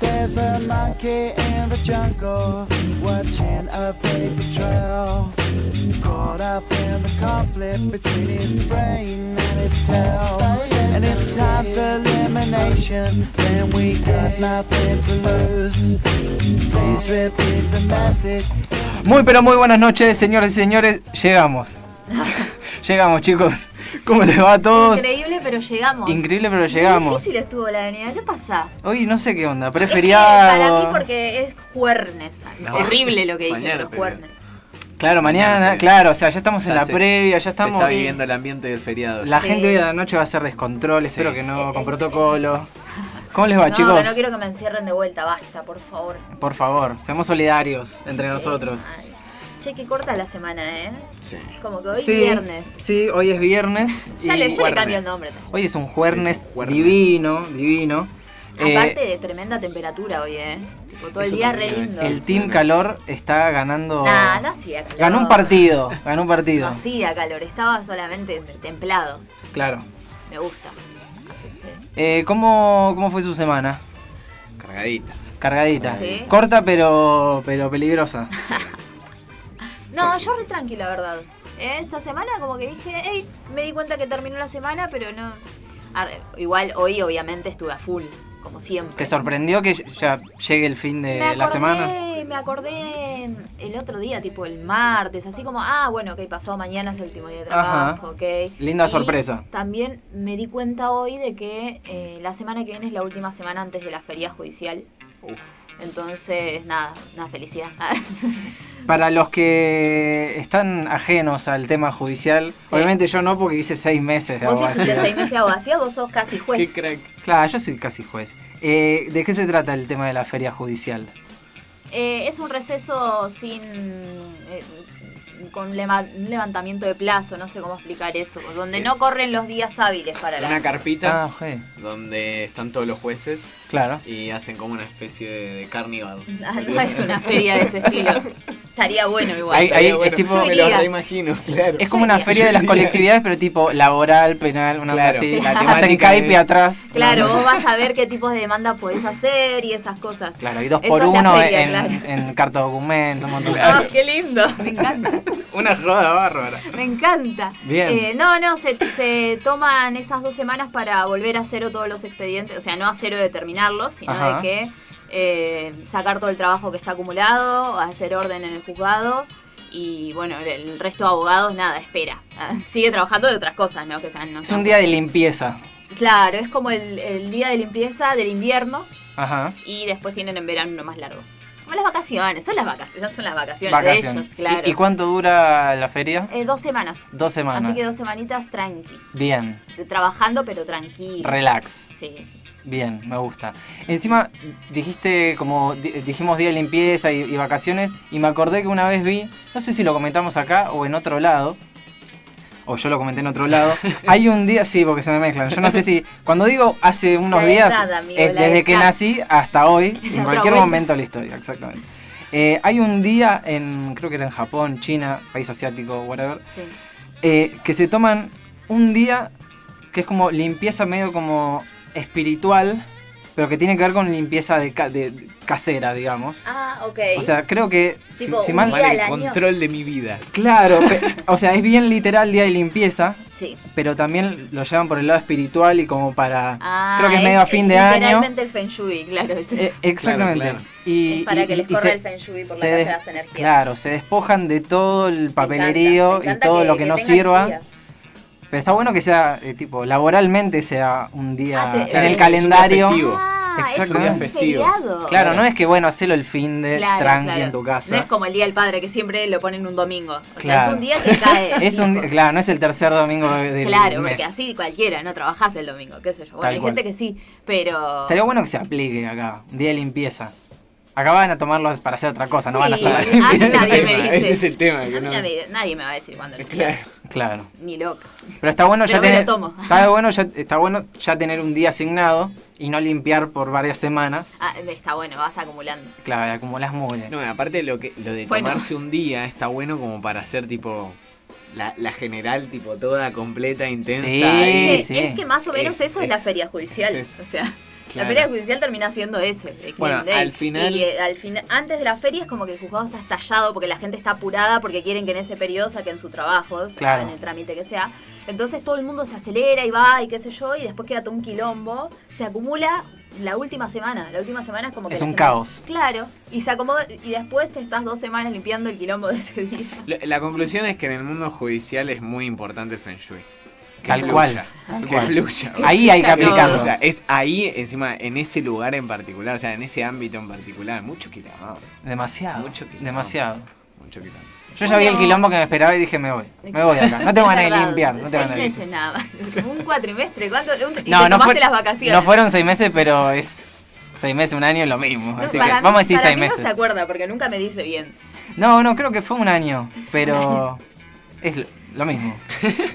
There's a monkey in the jungle watching a paper trail. Caught up in the conflict between his brain and his tail. And if time's elimination, then we got nothing to lose. Please repeat the message. Muy pero muy buenas noches, señores y señores. Llegamos. Llegamos, chicos. ¿Cómo les va a todos? Increíble, pero llegamos. Increíble, pero llegamos. Qué difícil estuvo la avenida, ¿qué pasa? Hoy no sé qué onda, pero es Es que feriado. para mí porque es juernes. No. Horrible lo que dije, Mañana pero es juernes. Claro, mañana, Mañana, claro, o sea, ya estamos en Ya la se- previa, ya Se estamos. está viviendo el ambiente del feriado. La Sí. gente hoy a la noche va a hacer descontrol, Sí. espero que no, con Es- protocolo. ¿Cómo les va, no, Ah, chicos? pero no quiero que me encierren de vuelta, basta, por favor. Por favor, seamos solidarios entre Sí. nosotros. Ay. Che, qué corta la semana, ¿eh? Sí. Como que hoy viernes. Sí, hoy es viernes. Ya, y- le, ya le juernes. cambio el nombre. Hoy es un juernes, Es un juernes. divino, divino. Eh, Aparte de tremenda temperatura hoy, ¿eh? Tipo, todo el Eso día re también iba a lindo. decir. el Team Calor está ganando. Nah, no hacía calor. ganó un partido, ganó un No partido. hacía calor, estaba solamente templado. Claro. Me gusta. Así que- Eh, ¿cómo, ¿Cómo fue su semana? Cargadita. Cargadita. Sí. Corta pero pero peligrosa. No, yo re tranqui, la verdad. Eh, Esta semana como que dije, hey, me di cuenta que terminó la semana, pero no... Arre, igual hoy obviamente estuve a full, como siempre. ¿Te sorprendió que ya llegue el fin de Me acordé, eh, la semana? me acordé el otro día, tipo el martes, así como, ah, bueno, ok, pasó, mañana es el último día de trabajo, Ajá. ok. Linda Y sorpresa. También me di cuenta hoy de que eh, la semana que viene es la última semana antes de la feria judicial. Uf. Entonces, nada, una felicidad. Para los que están ajenos al tema judicial, obviamente yo no porque hice seis meses de vos si hiciste abogacía. seis meses de abogacía, vos sos casi juez. Qué crack. Claro, yo soy casi juez. Eh, ¿De qué se trata el tema de la feria judicial? Eh, es un receso sin. eh, con lema- un levantamiento de plazo, no sé cómo explicar eso. Donde no Es- corren los días hábiles para la. Una carpita Ah, ok. donde están todos los jueces Claro. y hacen como una especie de, de carnival. Ah, No es una feria de ese estilo. Estaría bueno igual. Ahí- ahí Estaría bueno. es tipo- Yo me lo Iría. reimagino, claro. Es como una Yo feria de las diría- colectividades, pero tipo laboral, penal, una cosa Claro. así. La Hacen temática caipi es- atrás. Claro, Una vos cosa- vas a ver qué tipos de demanda podés hacer y esas cosas. Claro, y dos Eso por es la uno feria, en, claro. en carta documento, un montón de- Ah, qué lindo. Me encanta. Una joda bárbara. Me encanta. Bien. Eh, no, no, se, se toman esas dos semanas para volver a cero todos los expedientes, o sea, no a cero de terminarlos, sino Ajá. de que eh, sacar todo el trabajo que está acumulado, hacer orden en el juzgado y bueno, el, el resto de abogados, nada, espera. Ah, Sigue trabajando de otras cosas, ¿no? Que sean, no Es sean- un día de limpieza. Claro, es como el, el día de limpieza del invierno Ajá. y después tienen en verano uno más largo. Como las vacaciones, son las vacaciones, son las vacaciones, de Vacaciones. ellos, claro. ¿Y, y cuánto dura la feria? Eh, dos semanas. Dos semanas. Así que dos semanitas tranqui. Bien. Trabajando pero tranquilo. Relax. Sí, sí. Bien, me gusta. Encima dijiste, como di- dijimos día de limpieza y, y vacaciones, y me acordé que una vez vi, no sé si lo comentamos acá o en otro lado, o yo lo comenté en otro lado, hay un día, sí, porque se me mezclan, yo no sé si, cuando digo hace unos La días, verdad, amigo, es la desde que verdad. nací hasta hoy, en La cualquier vuelta. momento de la historia, exactamente. Eh, hay un día en, creo que era en Japón, China, país asiático, whatever, sí. eh, que se toman un día que es como limpieza medio como espiritual, pero que tiene que ver con limpieza de, ca- de- de casera, digamos. Ah, ok. O sea, creo que si- Tipo, si, un mal, día- al Mal el año. control de mi vida. claro, pe- o sea, es bien literal día de limpieza, sí. pero también lo llevan por el lado espiritual y como para Ah, creo que es medio a fin de año. Literalmente el Feng Shui, claro. Es, eso. Eh, exactamente. Claro, claro. Y, Es para y- que y- les y corra se- el Feng Shui se por la casa de des- las energías. Claro, se despojan de todo el Me encanta, papelerío me encanta y todo lo que, no tengan sirva. energía. Pero está bueno que sea, eh, tipo, laboralmente sea un día Ah, te- en Claro, el es un día calendario. festivo. Ah, es Exacto. un Día festivo. feriado. Claro, no es que, bueno, hacelo el fin de Claro, tranqui claro. en tu casa. No es como el Día del Padre que siempre lo ponen un domingo. O sea, Claro. es un día que cae. Es un, claro, no es el tercer domingo de- del Claro, mes. porque así cualquiera, no trabajás el domingo, qué sé yo. Bueno, Tal hay cual. gente que sí, pero... Estaría bueno que se aplique acá, un día de limpieza. Acá van a tomarlo para hacer otra cosa, no Sí, van a hacer a mí la Ah, Ese es el nadie limpieza. me tema, dice. Ese es el tema. Que A mí no... nadie, nadie me va a decir cuándo lo quiero. Claro. Claro. Ni loca. Pero está bueno ya Pero me lo tener tomo. Está bueno ya está bueno ya tener un día asignado y no limpiar por varias semanas. Ah, está bueno, vas acumulando. Claro, como las muelas. No, aparte lo que lo de Bueno. tomarse un día está bueno como para hacer tipo la, la general tipo toda completa intensa. Sí, ahí. Eh, es que más o menos Es- eso es, la es- feria judicial. es- o sea, La Claro. pelea judicial termina siendo ese. el Claim Bueno, Day. al final- Y eh, al fina- antes de la feria es como que el juzgado está estallado porque la gente está apurada porque quieren que en ese periodo saquen su trabajo, sea Claro. en el trámite que sea. Entonces todo el mundo se acelera y va y qué sé yo, y después queda todo un quilombo. Se acumula la última semana. La última semana es como que. Es la un gente- caos. Claro. Y se acomoda. Y después te estás dos semanas limpiando el quilombo de ese día. La, la conclusión es que en el mundo judicial es muy importante el Feng Shui. Que Tal fluya, cual, tal Que cual. fluya. Ay, Ahí hay que Ya no. O aplicarlo. sea, es ahí, encima, en ese lugar en particular, o sea, en ese ámbito en particular, mucho quilombo, Demasiado. Mucho que- Demasiado. mucho quilombo. Yo ya vi el Bueno. quilombo que me esperaba y dije, me voy. Me voy de acá. No te Es van a verdad, limpiar. No te seis van a meses limpiar. nada más. Un cuatrimestre. ¿Cuánto? Un- y No, te no, tomaste fue- las vacaciones. no fueron seis meses, pero es seis meses, un año, lo mismo. No, Así que para mí- vamos a decir para seis mí no meses. se acuerda porque nunca me dice bien. No, no, creo que fue un año, pero es lo- lo mismo.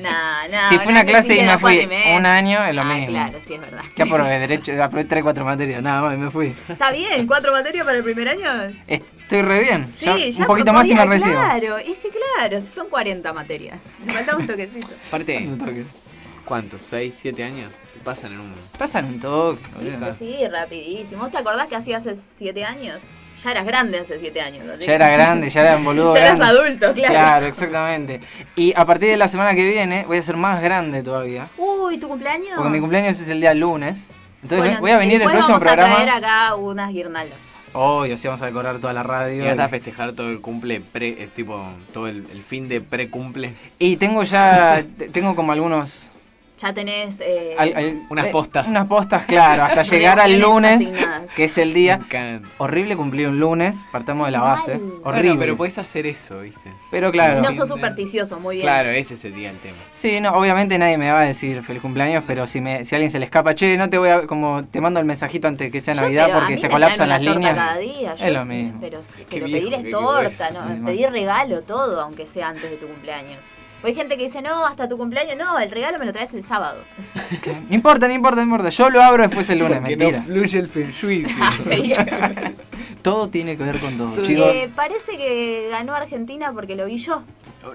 Nah, nah, si fue una que clase y sigue me después fui ni me- un año, es lo ah, mismo. claro, sí, es verdad. Que aprobé derecho, aprobé tres, cuatro materias, nada más, y me fui. Está bien, cuatro materias para el primer año. Estoy re bien. Sí, ya ya un poquito más y me podía, recibo. Claro, es que claro, son 40 materias. Me falta un toquecito. Aparte, Un toque. ¿cuántos? ¿6, 7 años? Te pasan en un... Pasan un toque. Sí, boludo. sí, sí, rapidísimo. ¿Vos te acordás que hacía hace siete años? Ya eras grande hace siete años. así Ya era que- grande, ya era un boludo. Ya eras grande. adulto, claro. Claro, exactamente. Y a partir de la semana que viene voy a ser más grande todavía. Uy, ¿tu cumpleaños? Porque mi cumpleaños es el día lunes. Entonces Bueno, voy a venir el después próximo vamos a traer programa. acá unas guirnaldas. Hoy, así vamos a decorar toda la Y radio. vas a festejar todo el cumple, pre, eh, tipo, todo el, el fin de pre-cumple. Y tengo ya, te- tengo como algunos... Ya tenés... eh, al- al- Unas eh, postas. Unas postas, claro, hasta llegar al Reuniones lunes, asignadas. que es el Me día. encanta. Horrible cumplir un lunes, partamos de la Sí, base. mal. Horrible. Bueno, pero puedes hacer eso, ¿viste? Pero claro. No sos supersticioso, muy bien. Claro, ese sería el tema. Sí, no, obviamente nadie me va a decir feliz cumpleaños, pero si me, si a alguien se le escapa, che, no te voy a, como te mando el mensajito antes que sea Yo, Navidad pero a porque mí se me colapsan traen las una torta líneas. cada día, Es yo- lo mismo. Pero, pero viejo, pedir es qué torta, grueso. Sí, ¿no? pedir regalo, todo, aunque sea antes de tu cumpleaños. O hay gente que dice, no, hasta tu cumpleaños, no, el regalo me lo traes el sábado. ¿Qué? No importa, no importa, no importa. Yo lo abro después el lunes, Porque mentira. fluye el feng shui. sí. Ah, Sí. Todo tiene que ver con todo, Todo. chicos. Eh, parece que ganó Argentina porque lo vi yo.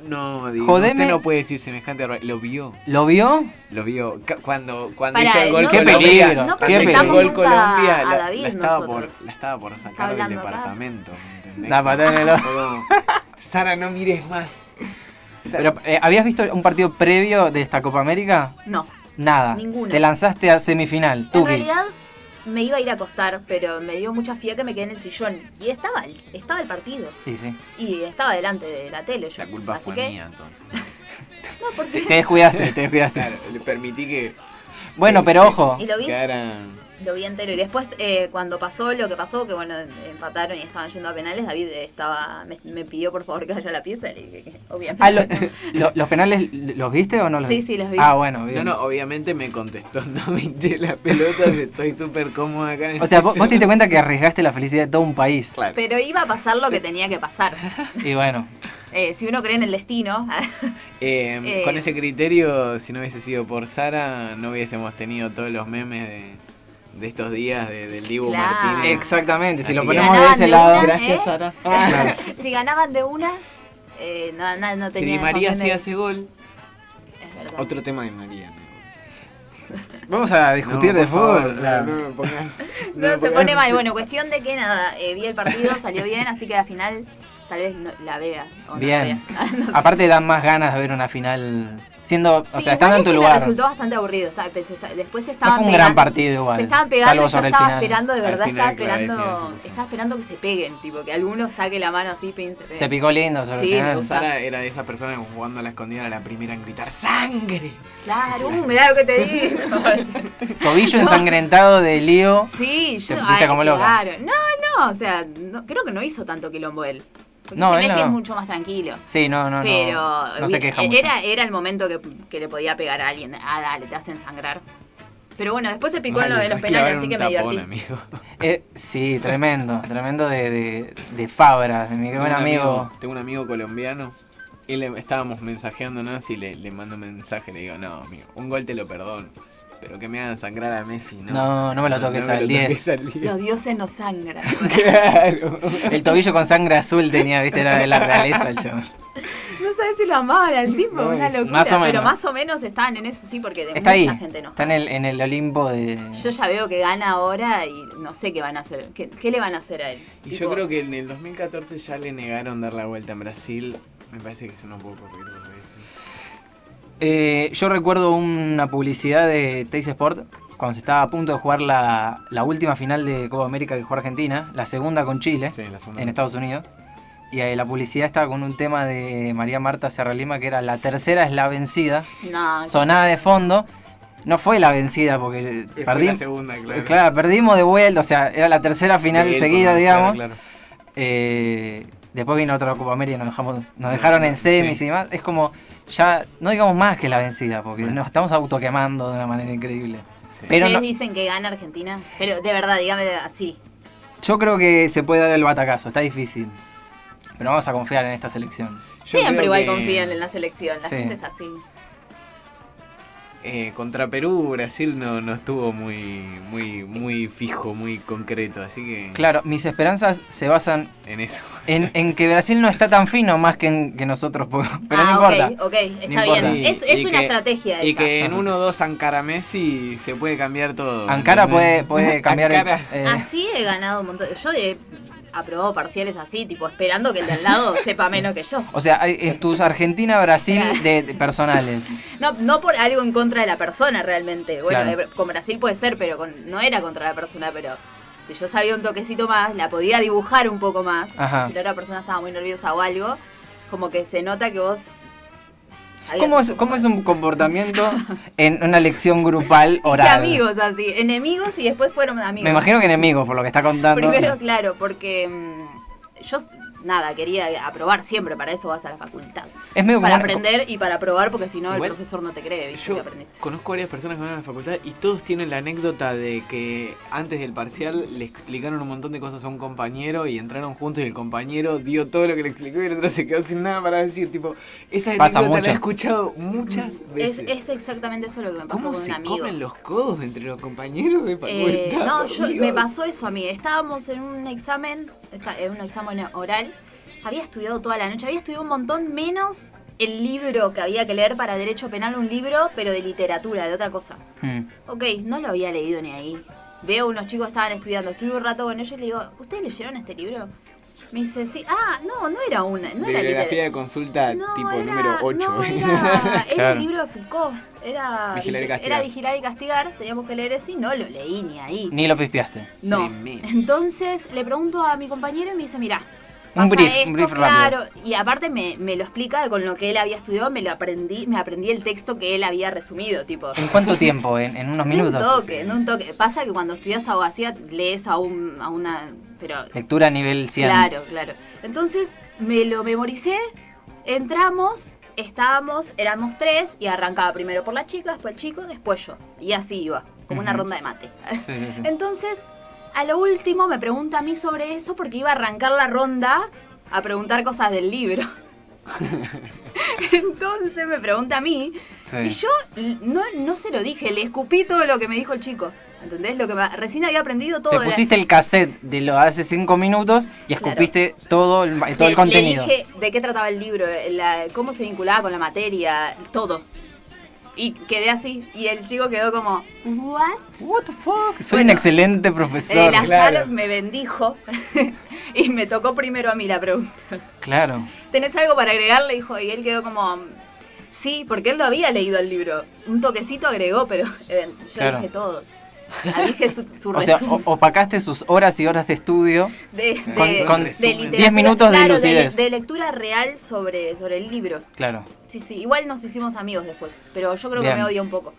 No, digo, Jodeme. usted no puede decir semejante barbaridad. Lo vio, ¿Lo vio? lo vio. Ca- Cuando, cuando Pará, hizo el gol no- Qué Colombia, peligro, No qué cuando hizo el presentamos peligro. gol nunca Colombia, a la, David la estaba por, nosotros. la estaba por Está sacar del hablando acá. departamento. ¿me entendés? La patada en el- Fue como, Sara, no mires más. O sea, Pero, eh, ¿habías visto un partido previo de esta Copa América? No, Nada. Ninguno. Te lanzaste a semifinal. en Tuki. realidad me iba a ir a acostar, pero me dio mucha fía que me quedé en el sillón. Y estaba, el- estaba el partido. Sí, sí. Y estaba delante de la tele yo. la culpa Así fue que, mía, entonces. No, porque... Te descuidaste, te descuidaste. Claro, le permití que Bueno, pero ojo. Y lo vi quedara... Lo vi entero. Y después, eh, cuando pasó lo que pasó, que bueno, empataron y estaban yendo a penales, David estaba me, me pidió por favor que vaya a la pieza. Le dije que, obviamente. Ah, lo- lo- ¿Los penales los viste o no los Sí, vi? sí, los vi. Ah, bueno, No, bien. no, obviamente me contestó, no me hinché la pelota, si estoy súper cómoda acá en el O sea, vos, piso. vos te diste cuenta que arriesgaste la felicidad de todo un país. Claro. Pero iba a pasar lo que tenía que pasar. Y bueno, Eh, si uno cree en el destino. Eh, Eh, con ese criterio, si no hubiese sido por Sara, no hubiésemos tenido todos los memes de, de estos días de- del Dibu Claro. Martínez. exactamente, si Ah. Así lo que- ponemos de Ganaban ese de lado. una, Gracias, ¿eh? Sara. Claro. si ganaban de una, eh, no, no, no Si tenía Di María sí sí hace gol, Es verdad. otro tema de María. Vamos a discutir No, de por favor, fútbol. claro, no me pongas- no me No, se pongas- pone mal. Bueno, cuestión de que nada, eh, vi el partido, salió bien, así que la final tal vez no- la vea. O no la Bien. vea. No sé. Aparte dan más ganas de ver una final siendo, o Sí, sea, igual estando en este tu Me lugar. resultó bastante aburrido. estaba- pensé, esta- después No estaban fue un pegando- gran partido igual. Se estaban pegando, salvo yo sobre estaba el final. esperando, de Al verdad, final, estaba claro, al final esperando, se puso. estaba esperando que se peguen, tipo, que alguno saque la mano así, pin, se pegue. Se picó lindo sobre el Sí, me final. gustó. Sara era de esas personas que jugando a la escondida era la primera en gritar ¡Sangre! Claro, uh, mirá lo que te digo. Tobillo ensangrentado de lío. sí, yo. Te pusiste como loca. claro. No, no, o sea, no- creo que no hizo tanto quilombo él. Porque No, Messi él no. es mucho más tranquilo. Sí, no, no, no. Pero eh, no se queja mucho. era, era el momento que, que le podía pegar a alguien. Ah, dale, te hacen sangrar. Pero bueno, después se picó en lo de los penales, así que me divertí. Amigo. Eh, sí, tremendo, tremendo de, de, de Fabra, de mi Tengo buen un amigo. Tengo un amigo colombiano. Y le, estábamos mensajeándonos y le, le mando un mensaje. Le digo, no, amigo, un gol te lo perdono. Pero que me hagan sangrar a Messi, ¿no? No, no me lo toques al 10. al 10. Los dioses no sangran. Claro. El tobillo con sangre azul tenía, viste, era de la realeza el chaval. No sabes si lo amaban al tipo, No, una es- locura. Más o Pero menos. más o menos están en eso, sí, porque de Está ahí. mucha gente no. Está en el, en el Olimpo de. Yo ya veo que gana ahora y no sé qué van a hacer. ¿Qué, qué le van a hacer a él? Y Tipo, yo creo que en el 2014 ya le negaron dar la vuelta en Brasil. Me parece que eso no puedo correr dos veces. Eh, yo recuerdo una publicidad de Teis Sport cuando se estaba a punto de jugar la, la última final de Copa América que jugó Argentina, la segunda con Chile, Sí, la segunda. en Estados Unidos. Y ahí la publicidad estaba con un tema de María Marta Serralima que era la tercera es la vencida, Ah, No, sonada de fondo. No fue la vencida porque Fue la perdimos. segunda, claro. Claro. perdimos de vuelta, o sea, era la tercera final De él, seguida, claro, digamos. claro. Eh, después vino otra Copa América y nos, dejamos, nos dejaron en Sí. semis y demás. Es como, ya, no digamos más que la vencida, porque Bueno. nos estamos autoquemando de una manera increíble. Sí. Pero ustedes no- dicen que gana Argentina. Pero de verdad, dígame así. Yo creo que se puede dar el batacazo, está difícil. Pero vamos a confiar en esta selección. Yo creo Siempre igual que, confían en la selección. La Sí. gente es así. eh, contra Perú, Brasil no, no estuvo muy, muy, muy fijo, muy concreto, así que Claro, mis esperanzas se basan en eso. en, en que Brasil no está tan fino más que, en- que nosotros, porque- pero ah, no importa. ok, ok, está importa. bien. Es, es Y una que- estrategia Y esa. que en uno o dos Ankara Messi se puede cambiar todo. Ankara puede, ¿entendés? puede cambiar el- Ankara. eh, Así he ganado un montón. Yo he aprobado parciales así, tipo esperando que el de al lado sepa menos que yo. O sea, hay- en tus Argentina-Brasil Claro. de, de personales. No, no por algo en contra de la persona realmente. Bueno, Claro. eh, con Brasil puede ser, pero con- no era contra la persona, pero si yo sabía un toquecito más, la podía dibujar un poco más. Ajá. Si la otra persona estaba muy nerviosa o algo, como que se nota que vos... sabías ¿Cómo es, un poco ¿Cómo más. es un comportamiento en una lección grupal Hice oral? amigos así, enemigos y después fueron amigos. Me imagino que enemigos, por lo que está contando. Primero, claro, porque mm, yo, nada, quería aprobar siempre, para eso vas a la facultad. es medio como Para un reco- aprender y para aprobar, porque si no el Igual, profesor no te cree, ¿viste? que Yo aprendiste. conozco varias personas que van a la facultad y todos tienen la anécdota de que antes del parcial le explicaron un montón de cosas a un compañero y entraron juntos y el compañero dio todo lo que le explicó y el otro se quedó sin nada para decir. Tipo, esa Pasa anécdota mucho. la he escuchado muchas Es, veces. es exactamente eso lo que me pasó ¿Cómo con un se amigo. comen los codos entre los compañeros de facultad? Eh, no, por yo, Dios? me pasó eso a mí. Estábamos en un examen, esta- en un examen oral. Había estudiado toda la noche, había estudiado un montón menos el libro que había que leer para derecho penal, un libro, pero de literatura, de otra cosa. Mm. Ok, no lo había leído ni ahí. Veo unos chicos que estaban estudiando, estuve un rato con ellos y le digo, ¿ustedes leyeron este libro? Me dice, sí, ah, no, no era una, no era Bibliografía literatura. de consulta No, tipo era- número 8. No, era, era Claro. el libro de Foucault. Era Vigilar y era castigar. Vigilar y Castigar, teníamos que leer ese y no lo leí ni ahí. Ni lo pispiaste. No. Tremendo. Entonces le pregunto a mi compañero y me dice, mira, Un pasa brief, esto, un brief claro. rápido. Y aparte me, me lo explica con lo que él había estudiado, me lo aprendí, me aprendí el texto que él había resumido, tipo. ¿En cuánto tiempo? ¿En, en unos En un minutos? toque, en un toque. Pasa que cuando estudias abogacía lees a, un, a una... Pero... Lectura a nivel 100. Claro, claro. Entonces me lo memoricé, entramos, estábamos, éramos tres y arrancaba primero por la chica, después el chico, después yo. Y así iba, como una Ujú. ronda de mate. Sí, sí, sí. Entonces, a lo último me pregunta a mí sobre eso porque iba a arrancar la ronda a preguntar cosas del libro. Entonces me pregunta a mí Sí. y yo l- no, no se lo dije, le escupí todo lo que me dijo el chico. ¿Entendés? Lo que me- recién había aprendido todo. Te era- pusiste el cassette de lo de hace 5 minutos y escupiste todo el, todo le- el contenido. Le dije de qué trataba el libro, la- cómo se vinculaba con la materia, todo. Y quedé así. Y el chico quedó como, ¿what? What the fuck? Soy un Bueno, eh, excelente El profesor. azar claro. me bendijo y me tocó primero a mí la pregunta. Claro. ¿Tenés algo para agregar? Le dijo, y él quedó como, sí, porque él lo había leído el libro. Un toquecito agregó, pero eh, yo Claro. dije todo. Ah, Dije su, su O sea, o- resumen opacaste sus horas y horas de estudio. de, con- de- con de resumen. literatura- 10 minutos de claro, lucidez. de lectura real sobre, sobre el libro. Claro. Sí, sí, igual nos hicimos amigos después, pero yo creo Bien. que me odia un poco.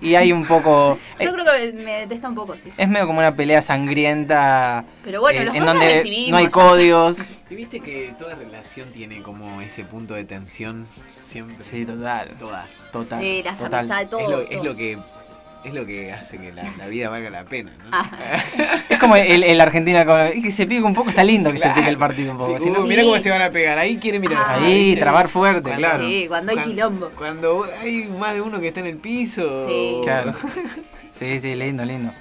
Y hay un poco. eh, Yo creo que me detesta un poco, sí. Es medio como una pelea sangrienta. Pero bueno, los Eh, en dos la donde recibimos, no hay ya. códigos. Y viste que toda relación tiene como ese punto de tensión siempre. Sí, total. Todas. Total. sí, las total. amistades, todo. es, lo, todo. es lo que es lo que hace que la, la vida valga la pena, ¿no? Ah, Es como el, el Argentina con- y que se pique un poco, está lindo que se pique el partido un poco. Sí, si no- uh, Mira cómo se van a pegar, ahí quiere mirar. Ah, ahí, trabar fuerte, Cuando- claro. Sí, cuando hay Cuan- quilombo. Cuando hay más de uno que está en el piso. Sí. Claro. Sí, sí, lindo, lindo.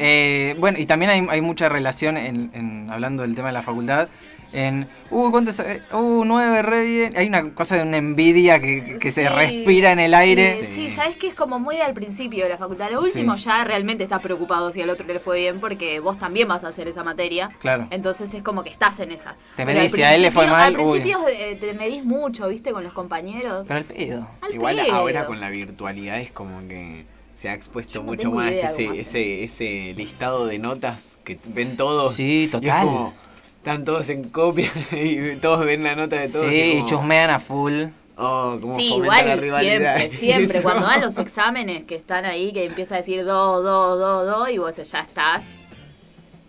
Eh, bueno, y también hay, hay mucha relación, en, en- hablando del tema de la facultad, en, uh, ¿cuántos? eh, Uh, nueve, re bien. Hay una cosa de una envidia que, que se respira en el aire. Sí, Sí. Eh, sí, sabes que es como muy al principio de la facultad. Lo último Sí. ya realmente estás preocupado si al otro le fue bien porque vos también vas a hacer esa materia. Claro. Entonces es como que estás en esa. Te Pero medís, al si a él le fue principio- mal, Al uy. principio eh, te medís mucho, ¿viste? Con los compañeros. Pero el pedo. Al Igual pedo. ahora con la virtualidad es como que se ha expuesto Yo no mucho tengo más idea cómo ese, hacen. ese, ese listado de notas que t- ven todos. Sí, Y es total. como, están todos en copia y todos ven la nota de Sí, todos. y y como, chusmean a full. oh, como Sí, fomenta la igual, rivalidad. siempre, siempre. Eso. Cuando dan los exámenes que están ahí, que empieza a decir do, do, do, do, y vos ya estás,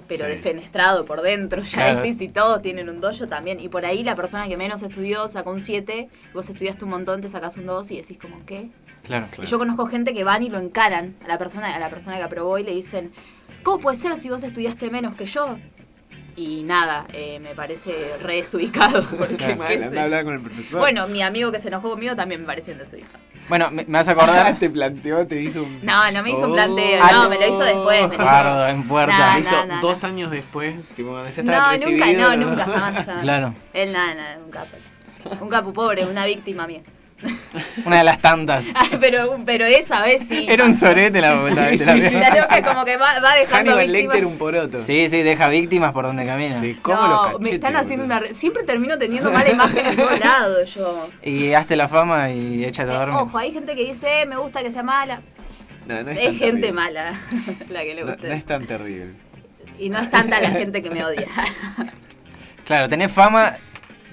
pero Sí. defenestrado por dentro. Ya Claro. decís, si todos tienen un do, yo también. Y por ahí la persona que menos estudió sacó un 7, vos estudiaste un montón, te sacás un 2 y decís como, ¿qué? Claro. Y yo conozco gente que van y lo encaran a la persona, a la persona que aprobó y le dicen, ¿cómo puede ser si vos estudiaste menos que yo? Y nada, eh, me parece re desubicado. Porque, Qué mal, qué sé anda yo. a hablar con el profesor. Bueno, mi amigo que se enojó conmigo también me pareció un desubicado. Bueno, me, me vas a acordar. te planteó, te hizo un. No, no me hizo un Oh. planteo, no, me lo hizo después. me lo hizo- Pardo, en puerta. Nah, Me hizo nah, nah, dos años después, tipo cuando ya estaba No, nunca, recibido, no, nunca, jamás. jamás. Claro. Él nada, nada, un capo. Un capo pobre, una víctima mía. Una de las tantas. Ay, pero, pero esa vez sí. Era un sorete la puta. Sí, te la- sí, sí. La loca como que va, va dejando Hannibal víctimas. Lecter un poroto. Sí, sí, deja víctimas por donde camina. Te como los No, cachetes, me están haciendo boludo. una... re- Siempre termino teniendo mala imagen en todos lados yo. Y hazte la fama y échate a Eh, dormir. ojo, hay gente que dice, "Eh, me gusta que sea mala. No, no es Es, tan gente terrible. mala la que le No, gusta. no es tan terrible. Y no es tanta la gente que me odia. Claro, tenés fama.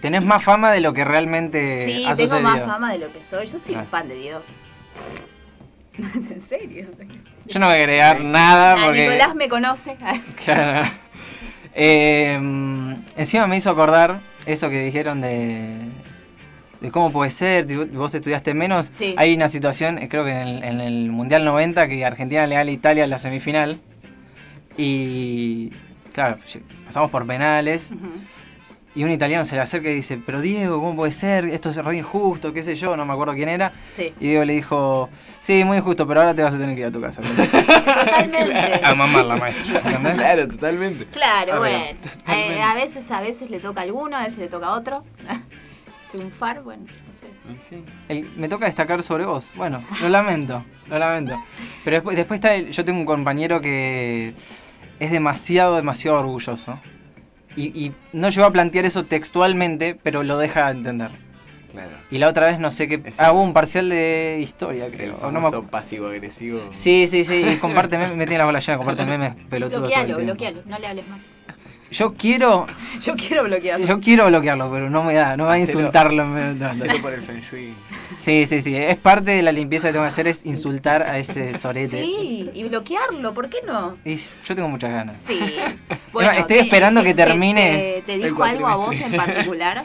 Tenés más fama de lo que realmente sí, Eh, ha tengo sucedido. más fama de lo que soy. Yo soy Ah. un pan de Dios. ¿En serio? Yo no voy a agregar nada Ah, porque. Nicolás me conoce. Claro. Eh, encima me hizo acordar eso que dijeron de, de cómo puede ser, tipo, vos estudiaste menos. Sí. Hay una situación, eh, creo que en el, en el Mundial 90, que Argentina le gana a Italia en la semifinal. Y claro, lle- pasamos por penales. Y un italiano se le acerca y dice, pero Diego, ¿cómo puede ser? Esto es re injusto, qué sé yo, no me acuerdo quién era. sí, Y Diego le dijo, sí, muy injusto, pero ahora te vas a tener que ir a tu casa. totalmente. a mamarla, maestra. ¿entendés? Claro, totalmente. Claro, Ah, bueno, bueno. Eh, a veces, a veces le toca a alguno, a veces le toca a otro. Triunfar, bueno, no sé. Y sí. El- me toca destacar sobre vos. Bueno, lo lamento, lo lamento. Pero después, después está el- yo tengo un compañero que es demasiado, demasiado orgulloso. Y, y no llegó a plantear eso textualmente, pero lo deja entender. Claro. Y la otra vez no sé qué... Es Ah, el- hubo un parcial de historia, El creo. famoso o no me acu- pasivo-agresivo. sí, sí, sí. y comparte memes, me tiene la bola llena, comparte memes pelotudos todo el Bloquealo, tiempo. bloquealo, no le hables más. Yo quiero, Yo quiero bloquearlo. yo quiero bloquearlo, pero no me da, no me va a Hacelo. insultarlo. me- no, no. Hacelo por el feng shui. Sí, sí, sí. Es parte de la limpieza que tengo que hacer es insultar a ese sorete. Sí, y bloquearlo, ¿por qué no? Y s- yo tengo muchas ganas. Sí. estoy ¿qué- esperando que te- termine ¿Te, te el dijo algo a vos en cuatrimestre. particular?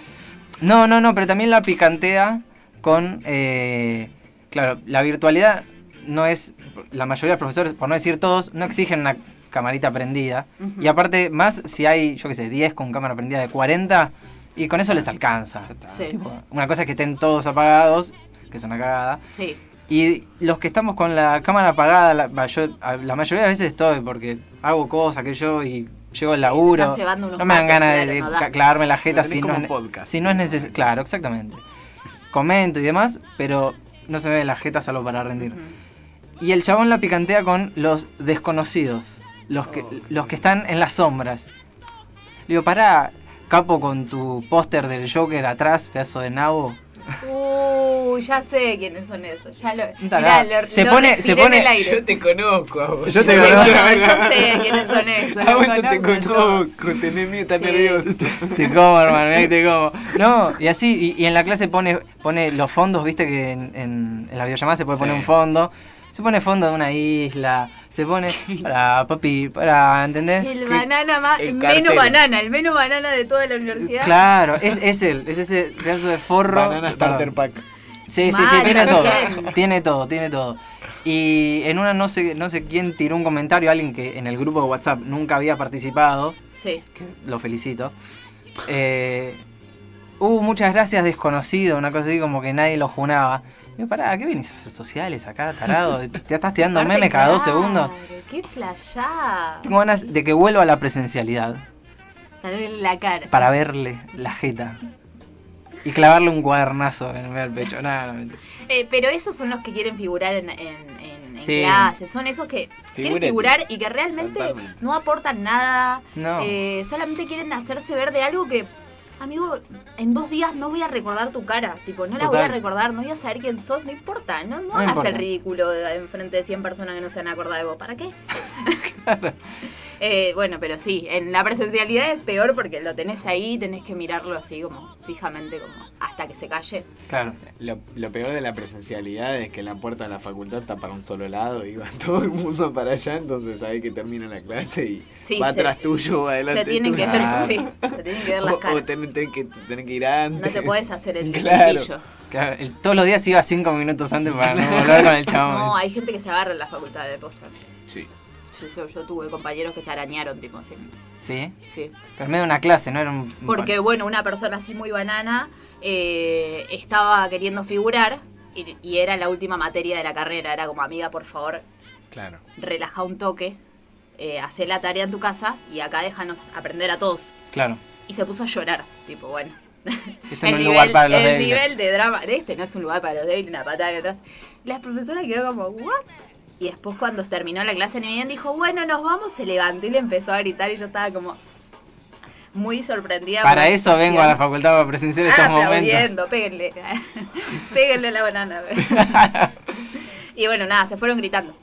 No, no, no, pero también la picantea con... eh, claro, la virtualidad no es... La mayoría de los profesores, por no decir todos, no exigen una camarita prendida. Ujú. Y aparte, más si hay, yo qué sé, 10 con cámara prendida de 40, y con eso les alcanza. Ya está. Sí, Tipo, Una cosa es que estén todos apagados, que es una cagada. sí. Y los que estamos con la cámara apagada, la, va, yo, a- la mayoría de veces estoy porque hago cosas que yo y llego al laburo. estás llevando unos no me dan mates, ganas claro, de, no ca- da. clavarme la jeta Lo tenés si, como no, es- podcast. si no es necesario. Claro, exactamente. Comento y demás, pero no se me ve la jeta salvo para rendir. Y el chabón la picantea con los desconocidos, los Oh. que, los que están en las sombras. Le digo, pará, capo con tu póster del Joker atrás, pedazo de nabo. Uh, ya sé quiénes son esos. Ya lo, Está mirá, acá. lo- Se lo pone- respiré se pone- en el aire. Yo te conozco a vos. Yo te Yo conozco. sé- yo sé quiénes son esos. A vos los yo te conozco, conozco. Tenés miedo, estás Sí. nervioso. Te como, hermano, mirá que te como. No, y así, y, y en la clase pone, pone los fondos, viste que en, en- en la videollamada se puede poner Sí. un fondo. Se pone fondo de una isla, se pone. Para, papi, para, ¿entendés? El Que- banana más, el menos cartero. banana, el menos banana de toda la universidad. Claro, es, es él, es ese pedazo de forro. Banana Starter Perdón. Pack. Sí, sí, sí, Mal, tiene todo. también. Tiene todo, tiene todo. Y en una no sé, no sé quién tiró un comentario, alguien que en el grupo de WhatsApp nunca había participado. Sí. que lo felicito. Eh, uh, muchas gracias, desconocido, una cosa así como que nadie lo junaba. Digo, pará, ¿qué vienes a hacer sociales acá, tarado? ¿Te estás tirando Aparte, memes cada dos claro, segundos? ¡Qué flashá! Tengo ganas de que vuelva a la presencialidad. Para verle la cara. para verle la jeta. Y clavarle un cuadernazo en el medio del pecho. Nada, no, mentira. Eh, pero esos son los que quieren figurar en, en- en- en Sí. clase. Son esos que quieren Figurete. figurar y que realmente Totalmente. no aportan nada. No. Eh, solamente quieren hacerse ver de algo que, amigo, en dos días no voy a recordar tu cara. Tipo, no la voy a Total. recordar, no voy a saber quién sos, no importa. No, no, No hagas importa. el ridículo de- en frente de 100 personas que no se van a acordar de vos. ¿Para qué? Eh, bueno, pero sí, en la presencialidad es peor porque lo tenés ahí, tenés que mirarlo así como fijamente, como hasta que se calle. Claro. Lo, lo peor de la presencialidad es que la puerta de la facultad está para un solo lado y va todo el mundo para allá, entonces sabes que termina la clase y Sí, va se- atrás tuyo o adelante Se tienen que tuyo. ver, Claro. sí, se tienen que ver las O- O, caras. tenés, tenés que, tenés que ir antes. No te puedes hacer el Claro. listillo. Claro, el- todos los días iba cinco minutos antes para no volver con el chabón. No, eh. hay gente que se agarra en la facultad de posta. Sí. Yo, yo, yo tuve compañeros que se arañaron, tipo, sí. Sí, sí. pero en medio de una clase, no era un. Porque, bueno, una persona así muy banana eh, estaba queriendo figurar y, y era la última materia de la carrera. Era como, amiga, por favor, Claro. relaja un toque, eh, hacé la tarea en tu casa y acá déjanos aprender a todos. Claro. Y se puso a llorar, tipo, bueno. Esto no es lugar para los el débiles. nivel de drama de este no es un lugar para los débiles, una patada que atrás. La profesora quedó como, ¿what? Y después cuando terminó la clase, bien dijo, bueno, nos vamos, se levantó y le empezó a gritar y yo estaba como muy sorprendida. por Para la eso vengo a la situación. facultad para presenciar estos momentos. Ah, Aplaudiendo, péguenle. péguenle a la banana. y bueno, nada, se fueron gritando.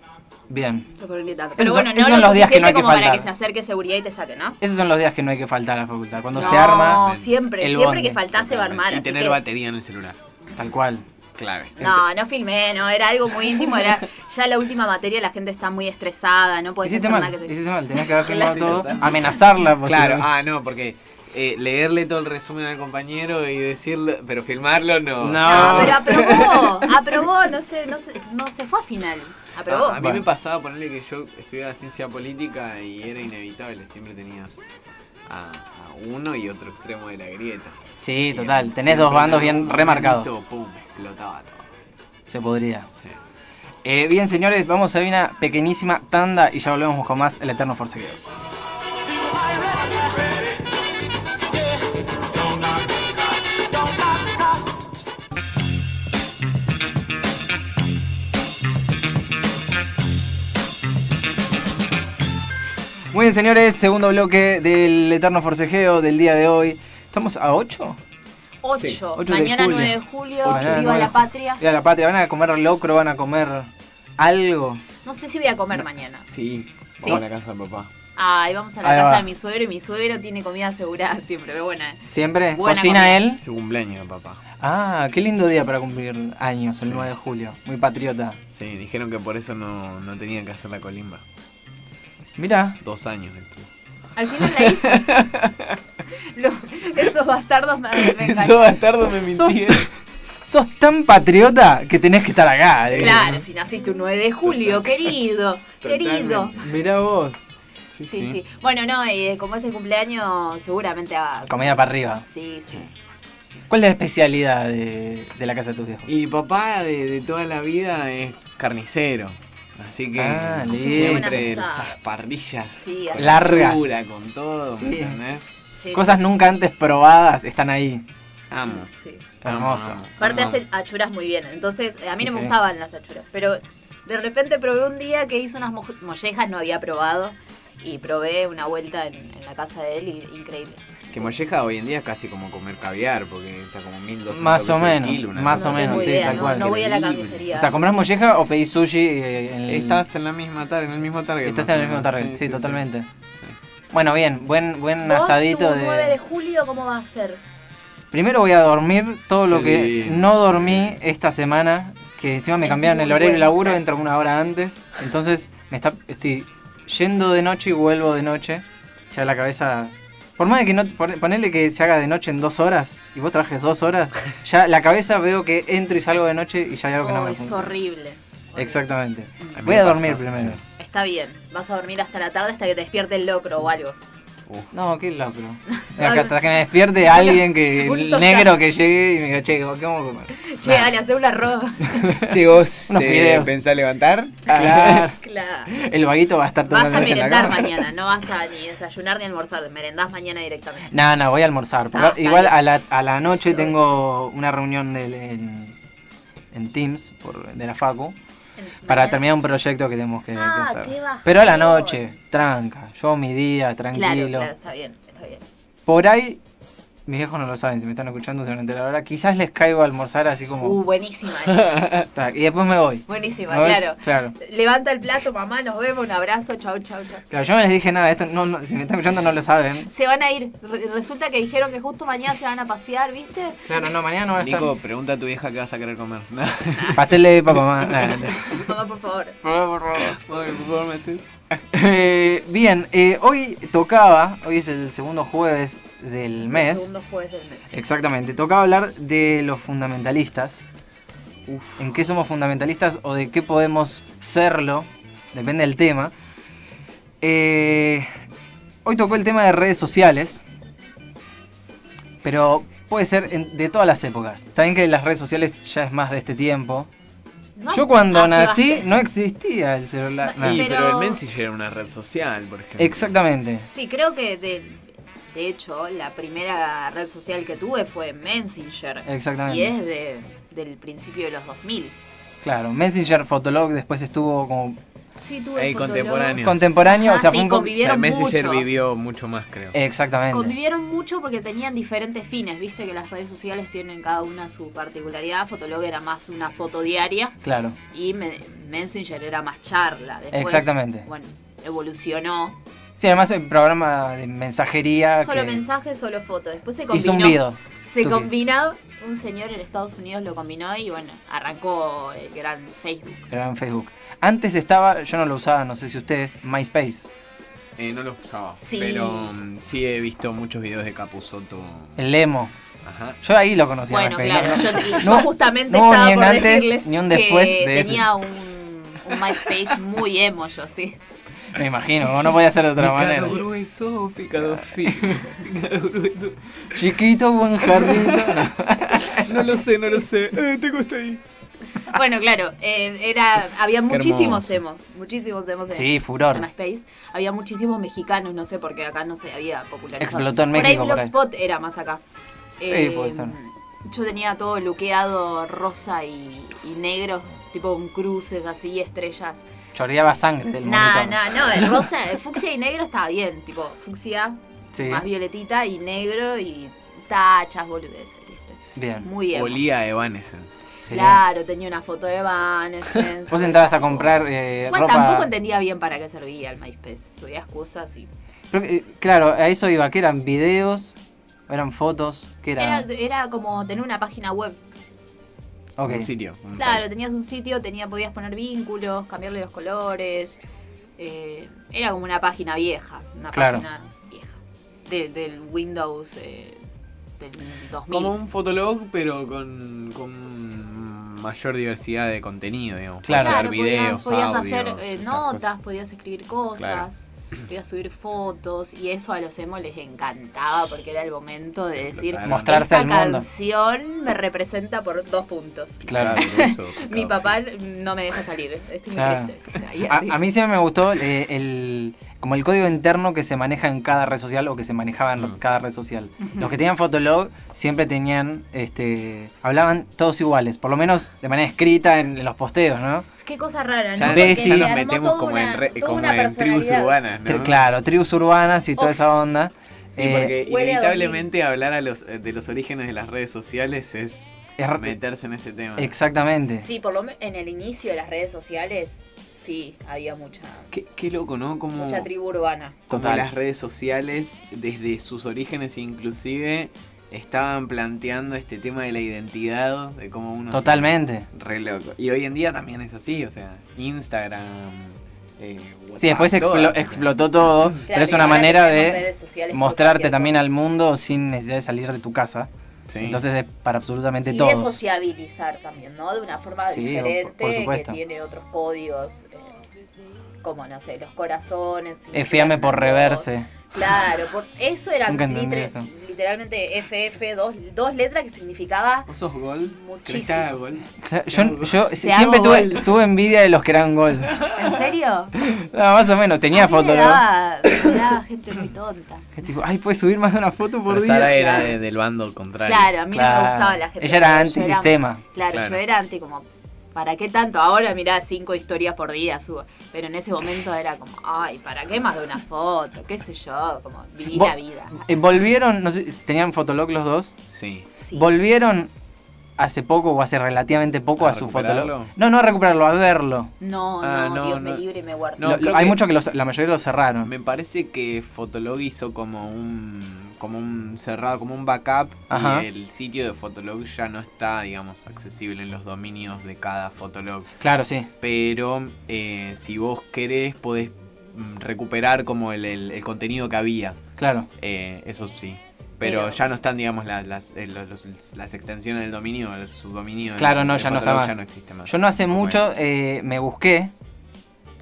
Bien. se fueron gritando. Esos Pero bueno, son- no esos son lo los días que no suficiente hay que como para faltar. que se acerque seguridad y te saque, ¿no? Esos son los días que no hay que faltar a la facultad. Cuando se No, arma, siempre, el siempre bondi. que faltase va a armar. Y así tener que- batería en el celular. tal cual. Clave. No, no filmé, no, era algo muy íntimo, era ya la última materia, la gente está muy estresada, no podés Hiciste hacer Pues nada mal, que te... hiciste mal, tenías que haber filmado Sí, todo, total. amenazarla. Claro, posteriormente. ah, no, porque eh, leerle todo el resumen al compañero y decirlo, pero filmarlo no. No. No, pero aprobó, aprobó, no sé, no sé, no se fue a final, aprobó. Ah, A, a mí Bueno. me pasaba ponerle que yo estudiaba ciencia política y era inevitable, siempre tenías a, a uno y otro extremo de la grieta. Sí, Y total. siempre Tenés dos bandos en algún bien remarcados. momento, Pum, explotaba todo. Se podría. Sí. Eh, bien, señores, vamos a ir a una pequeñísima tanda y ya volvemos con más El Eterno Force Muy bien, señores, segundo bloque del Eterno Forcejeo del día de hoy. ¿Estamos a 8? 8, Sí, 8 de mañana julio. 9 de julio, Ocho. Mañana viva 9 de la julio. patria. Ya la patria, van a comer locro, van a comer algo. No sé si voy a comer mañana. Sí, Sí. vamos a la casa de papá. Ay, vamos a la Ahí casa va. de mi suegro y mi suegro tiene comida asegurada siempre, pero buena. Siempre Buena cocina comida. él. Su cumpleaños de papá. Ah, qué lindo día para cumplir años, el Sí. 9 de julio. Muy patriota. Sí, dijeron que por eso no, no tenían que hacer la colimba. Mira, Dos años estuvo. Al final la hizo. Lo- esos bastardos me, me engañaron. bastardo me eh. mintieron. sos tan patriota que tenés que estar acá. eh. digamos, Claro, ¿no? si naciste un 9 de julio, querido, querido. Totalmente. Mirá vos. Sí, Sí, sí. Bueno, no, eh, como es el cumpleaños, seguramente va. Comida para arriba. Sí, sí. ¿Cuál es la especialidad de, de la casa de tus viejos? Y papá de, de toda la vida es carnicero. Así que Ah, lindo. siempre Hace un asado. esas parrillas. Sí, con hace- Largas. verdura, con todo, ¿me Sí. entendés? sí. Cosas nunca antes probadas están ahí. Amo. Sí. Hermoso. amo, Aparte amo. hace achuras muy bien, entonces eh, a mí no Sí, me sí. gustaban las achuras, pero de repente probé un día que hizo unas mo- mollejas, no había probado, y probé una vuelta en, en la casa de él y increíble. Que molleja hoy en día es casi como comer caviar, porque está como 1200 Más o pesos el menos, kilo, una más cosa o no así. menos, tengo sí, idea, tal no, cual. No voy a la Increíble. carnicería. O sea, ¿comprás molleja o pedís sushi eh, en el- Estás en la misma tarde, en el mismo target. estás más en el o mismo menos. target? Sí, totalmente. sí. Bueno, bien, buen, buen ¿Vos asadito tu 9 de de... julio cómo va a ser? Primero voy a dormir todo lo Qué que lindo. no dormí esta semana, que encima me Es cambiaron el muy horario de bueno. laburo, entro una hora antes, entonces me está, estoy yendo de noche y vuelvo de noche, ya la cabeza... Por más de que no... pon- Ponele que se haga de noche en dos horas y vos trajes dos horas, ya la cabeza veo que entro y salgo de noche y ya hay algo que no Oh, me es funciona. horrible. Exactamente. mí Voy me a dormir pasa. primero. Está bien, vas a dormir hasta la tarde hasta que te despierte el locro o algo. No, qué locro. Acá, hasta que me despierte alguien que Un tostazo. negro que llegue y me diga, che, ¿qué vamos a comer? Che, dale, hacer un arroz. Chicos, Unos videos. ¿pensás levantar? Ah, Ah. Claro. claro. El vaguito va a estar Vas a totalmente en la merendar cama. mañana, no vas a ni desayunar ni almorzar, merendás mañana directamente. No, no, voy a almorzar. porque Ah, igual dale. a la, a la noche tengo una reunión del- en, en Teams por- de la Facu para Mañana. terminar un proyecto que tenemos que, que Ah, hacer. qué bajón. Pero a la noche, tranca. Yo mi día, tranquilo. Claro, claro, está bien, está bien. Por ahí, mis viejos no lo saben, si me están escuchando se van a enterar ahora. Quizás les caigo a almorzar así como... Uh, buenísima esa. tac, y después me voy. Buenísima, Me voy- claro. claro. Levanta el plato, mamá, nos vemos, un abrazo, chau, chau, chau. Claro, yo no les dije nada, esto no, no, si me están escuchando no lo saben. Se van a ir. Re- Resulta que dijeron que justo mañana se van a pasear, ¿viste? Claro, no, mañana no van a estar. Nico, pregunta a tu vieja qué vas a querer comer. Pastel de papá, mamá. Nah, nah, nah. Mamá, por favor. Por favor, por favor, me estoy- Eh, bien, eh, hoy tocaba, hoy es el segundo jueves del mes. Eh, Segundo jueves del mes. Exactamente, tocaba hablar de los fundamentalistas. ¿En qué somos fundamentalistas o de qué podemos serlo? Depende del tema. Eh, hoy tocó el tema de redes sociales. Pero puede ser en- de todas las épocas. También que las redes sociales ya es más de este tiempo. No, Yo cuando ah, nací Sebastián. no existía el celular. No, nada. Y, Pero- pero el Messenger era una red social, por ejemplo. Exactamente. Sí, creo que de, de hecho la primera red social que tuve fue Messenger. Exactamente. Y es de, del principio de los 2000. Claro, Messenger, Fotolog, después estuvo como Sí, tuve Ey, Fotolog. contemporáneo. contemporáneo. Ah, o sea, sí, fue un co- convivieron El Messenger mucho. vivió mucho más, creo. Eh. Exactamente. Convivieron mucho porque tenían diferentes fines, viste que las redes sociales tienen cada una su particularidad. Fotolog era más una foto diaria Claro, y Me- Messenger era más charla. Después, Exactamente. Bueno, evolucionó. sí, además el programa de mensajería Solo que mensaje, solo foto. Después se hizo combinó. un video. Se Tuki. combinó, un señor en Estados Unidos lo combinó y bueno, arrancó el gran Facebook. Era en Facebook. Antes estaba, yo no lo usaba, no sé si ustedes, MySpace. Eh, no lo usaba. Sí. Pero mm, sí he visto muchos videos de Capuzoto. El Lemo. Ajá. Yo ahí lo conocía. Bueno, MySpace, ¿no? claro, yo, y yo No, justamente no hubo estaba ni un por antes, decirles ni un después que de ese. tenía un, un MySpace muy emo yo, sí. Me imagino, como no podía ser de otra manera. Picado grueso, picado fino, picado grueso. Chiquito, buen jardín. No lo sé, no lo sé. Eh, tengo esto ahí. Bueno, claro, eh, era, había muchísimos hermoso. emos, muchísimos emos en- sí, en furor. MySpace. Había muchísimos mexicanos, no sé, porque acá no se había popularizado. Explotó en por ahí México, por ahí. Blogspot era más acá. Em, Sí, puede ser. Yo tenía todo luqueado rosa y, y negro, tipo con cruces así, estrellas. Chorreaba sangre del Nah, monitor. nah, no, el rosa, el fucsia y negro estaba bien, tipo fucsia Sí, más violetita y negro y tachas, boludeces, ¿viste? bien. Muy bien. Olía a Evanescence. sí. Claro, tenía una foto de Evanescence. Vos entrabas a comprar eh, Igual ropa... tampoco entendía bien para qué servía el MySpace. Tuve excusas y. Pero, eh, claro, a eso iba, que eran videos, eran fotos, que Era, era... era como tener una página web. Ok. Un sitio. un Claro, tenías un sitio, tenía, podías poner vínculos, cambiarle los colores. eh, era como una página vieja. Una Claro. página vieja. de- del Windows eh, del 2000. Como un fotolog, pero con, con mayor diversidad de contenido, digamos. Claro. Podés Claro, hacer videos, podías, podías audio, hacer eh, esas notas, cosas. podías escribir cosas, podías subir fotos y eso a los emo les encantaba porque era el momento de decir Totalmente. Mostrarse esta al mundo". canción me representa por dos puntos. Claro. Picado grueso, picado Mi papá fino. no me deja salir, estoy muy Claro. triste. Y A, así. a mí siempre me gustó eh, el, como el código interno que se maneja en cada red social o que se manejaba en Mm. cada red social. Ujú. Los que tenían Fotolog siempre tenían, este, hablaban todos iguales, por lo menos de manera escrita en, en los posteos, ¿no? Es que cosa rara, ¿no? Ya, Porque Besis. se nos armó metemos toda como una- en, re- toda como una en tribus personalidad. urbanas, Tri- ¿no? Claro, tribus urbanas y toda Uf. esa onda. Y Eh, porque Huele a inevitablemente hablar a los, eh, de los orígenes de las redes sociales es es ra- meterse en ese tema. exactamente. Sí, por lo menos en el inicio de las redes sociales, sí, había mucha, Qué, qué loco, ¿no? Como, mucha tribu urbana. como Total. las redes sociales, desde sus orígenes inclusive, estaban planteando este tema de la identidad, de cómo uno... se- Totalmente. Re loco. Y hoy en día también es así, o sea, Instagram... eh, Sí, después WhatsApp, explo- todas, explotó todo, pero es Claro, una ahora manera tenemos de redes sociales por mostrarte cualquier también cosa. al mundo sin necesidad de salir de tu casa. o sea, sí. Entonces es para absolutamente y todos. de sociabilizar también, ¿no? De una forma Sí, o- diferente por supuesto. que tiene otros códigos. eh, como, no sé, los corazones. Eh, Fíame por reverse. Claro, por eso era Nunca entendí litre- eso. literalmente FF, dos, dos letras que significaba ¿Vos sos gol? ¿Crees que muchísimo. haga gol? Claro, Yo, yo hago siempre tuve, gol. tuve envidia de los que eran gol. ¿En serio? No, más o menos, tenía A mí me foto. ¿no? daba- me daba gente muy tonta. Que tipo, ay, puedes subir más de una foto por Pero día. Sara era de- del bando contrario. Claro, a mí no Claro. me gustaba la gente. Ella era Yo antisistema. claro, Claro. yo era anti como, ¿para qué tanto? Ahora mirá cinco historias por día subo. Pero en ese momento era como, ay, ¿para qué más de una foto? ¿Qué sé yo? Como, viví Vo- la vida. Eh, Volvieron, no sé, tenían Fotolog los dos. Sí. Sí. Volvieron hace poco o hace relativamente poco ¿A a, su recuperarlo? Fotolog. No, no a recuperarlo, a verlo. No, Ah, no, no, Dios no. me libre y me guarde. No, Lo- lo- creo hay que- muchos que los- la mayoría los cerraron. Me parece que Fotolog hizo como un como un cerrado, como un backup Ajá. y el sitio de Fotolog ya no está, digamos, accesible en los dominios de cada Fotolog. Claro, sí. Pero eh, si vos querés podés mm, recuperar como el, el- el contenido que había, Claro. eh, eso sí. Pero, Pero- ya no están, digamos, las, las, eh, los- los- las extensiones del dominio, el subdominio. del- Claro, no, de ya no está Fotolog más. Ya no existe más. Yo no hace Como mucho eh, me busqué.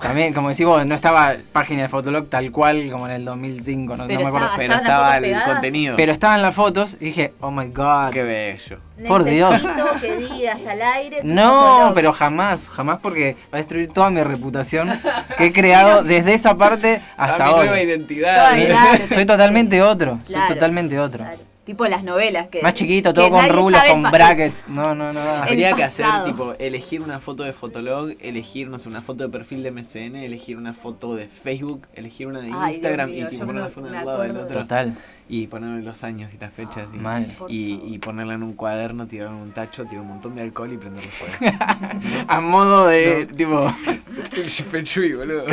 También, como decís vos, no estaba página de Fotolog tal cual como en el 2005, no, no Pero me acuerdo. estaba- Pero ¿Estaban las estaba fotos el pegadas? contenido. Pero estaban las fotos y dije, oh my god. Qué bello. Por Dios. Necesito que digas al aire. tu No, monólogo. pero jamás, jamás porque va a destruir toda mi reputación que he creado desde esa parte hasta Ah, mi nueva ahora. identidad. Ay, claro. Soy totalmente otro, Claro. soy totalmente otro. Claro, Tipo las novelas que. Más chiquito, que todo con nadie rulos, sabe con pa- brackets. No, no, no. da. El Habría que hacer, pasado. tipo, elegir una foto de Fotolog, elegir, no sé, una foto de perfil de MCN, elegir una foto de Facebook, elegir una de Ay, Dios Instagram mío, y yo ponerlas me- una me al lado del acuerdo otro. de Total, Y ponerle los años y las fechas. y- mal. Por Y, favor. y ponerla en un cuaderno, tirarla en un tacho, tirar un montón de alcohol y prenderle fuego. A modo de, tipo, Feng Shui, boludo.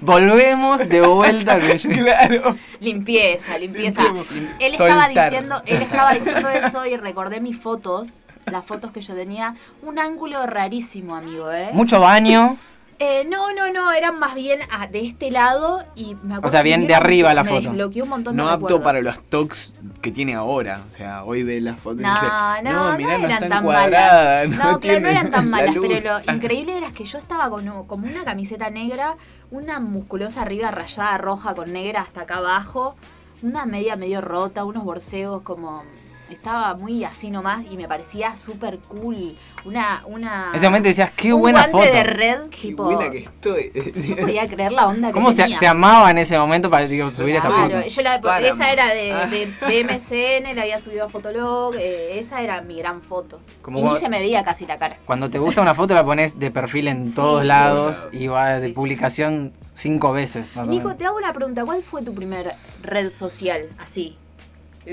volvemos de vuelta al claro. Limpieza, limpieza. Limpieza. Él estaba Soltar. diciendo, él estaba diciendo eso y recordé mis fotos, las fotos que yo tenía, un ángulo rarísimo, amigo, ¿eh? Mucho baño, Eh, no, no, no, eran más bien ah, de este lado y me acuerdo O sea, que bien me de dieron- arriba la me foto. desbloqueó un montón No de apto recuerdos. para los tocs que tiene ahora. O sea, hoy ve las fotos y No, dice, no, no, mirá, eran está tan encuadrada, malas. No, claro, no tiene eran tan la malas, pero luz". lo increíble era que yo estaba con como una camiseta negra, una musculosa arriba rayada roja con negra hasta acá abajo, una media medio rota, unos borseos como... Estaba muy así nomás y me parecía súper cool. Una, una... en ese momento decías, qué un buena guante foto. de red, Qué tipo... buena que estoy. No podía creer la onda que ¿Cómo se, tenía. se amaba en ese momento para digo, subir esa Claro, foto? yo la- Páramo. esa era de, de- de MCN, la había subido a Fotolog, eh, esa era mi gran foto. Como y vos- ni se me veía casi la cara. Cuando te gusta una foto la pones de perfil en Sí, todos sí. lados y va de Sí, sí. publicación cinco veces más o Nico, menos. te hago una pregunta, ¿cuál fue tu primer red social así?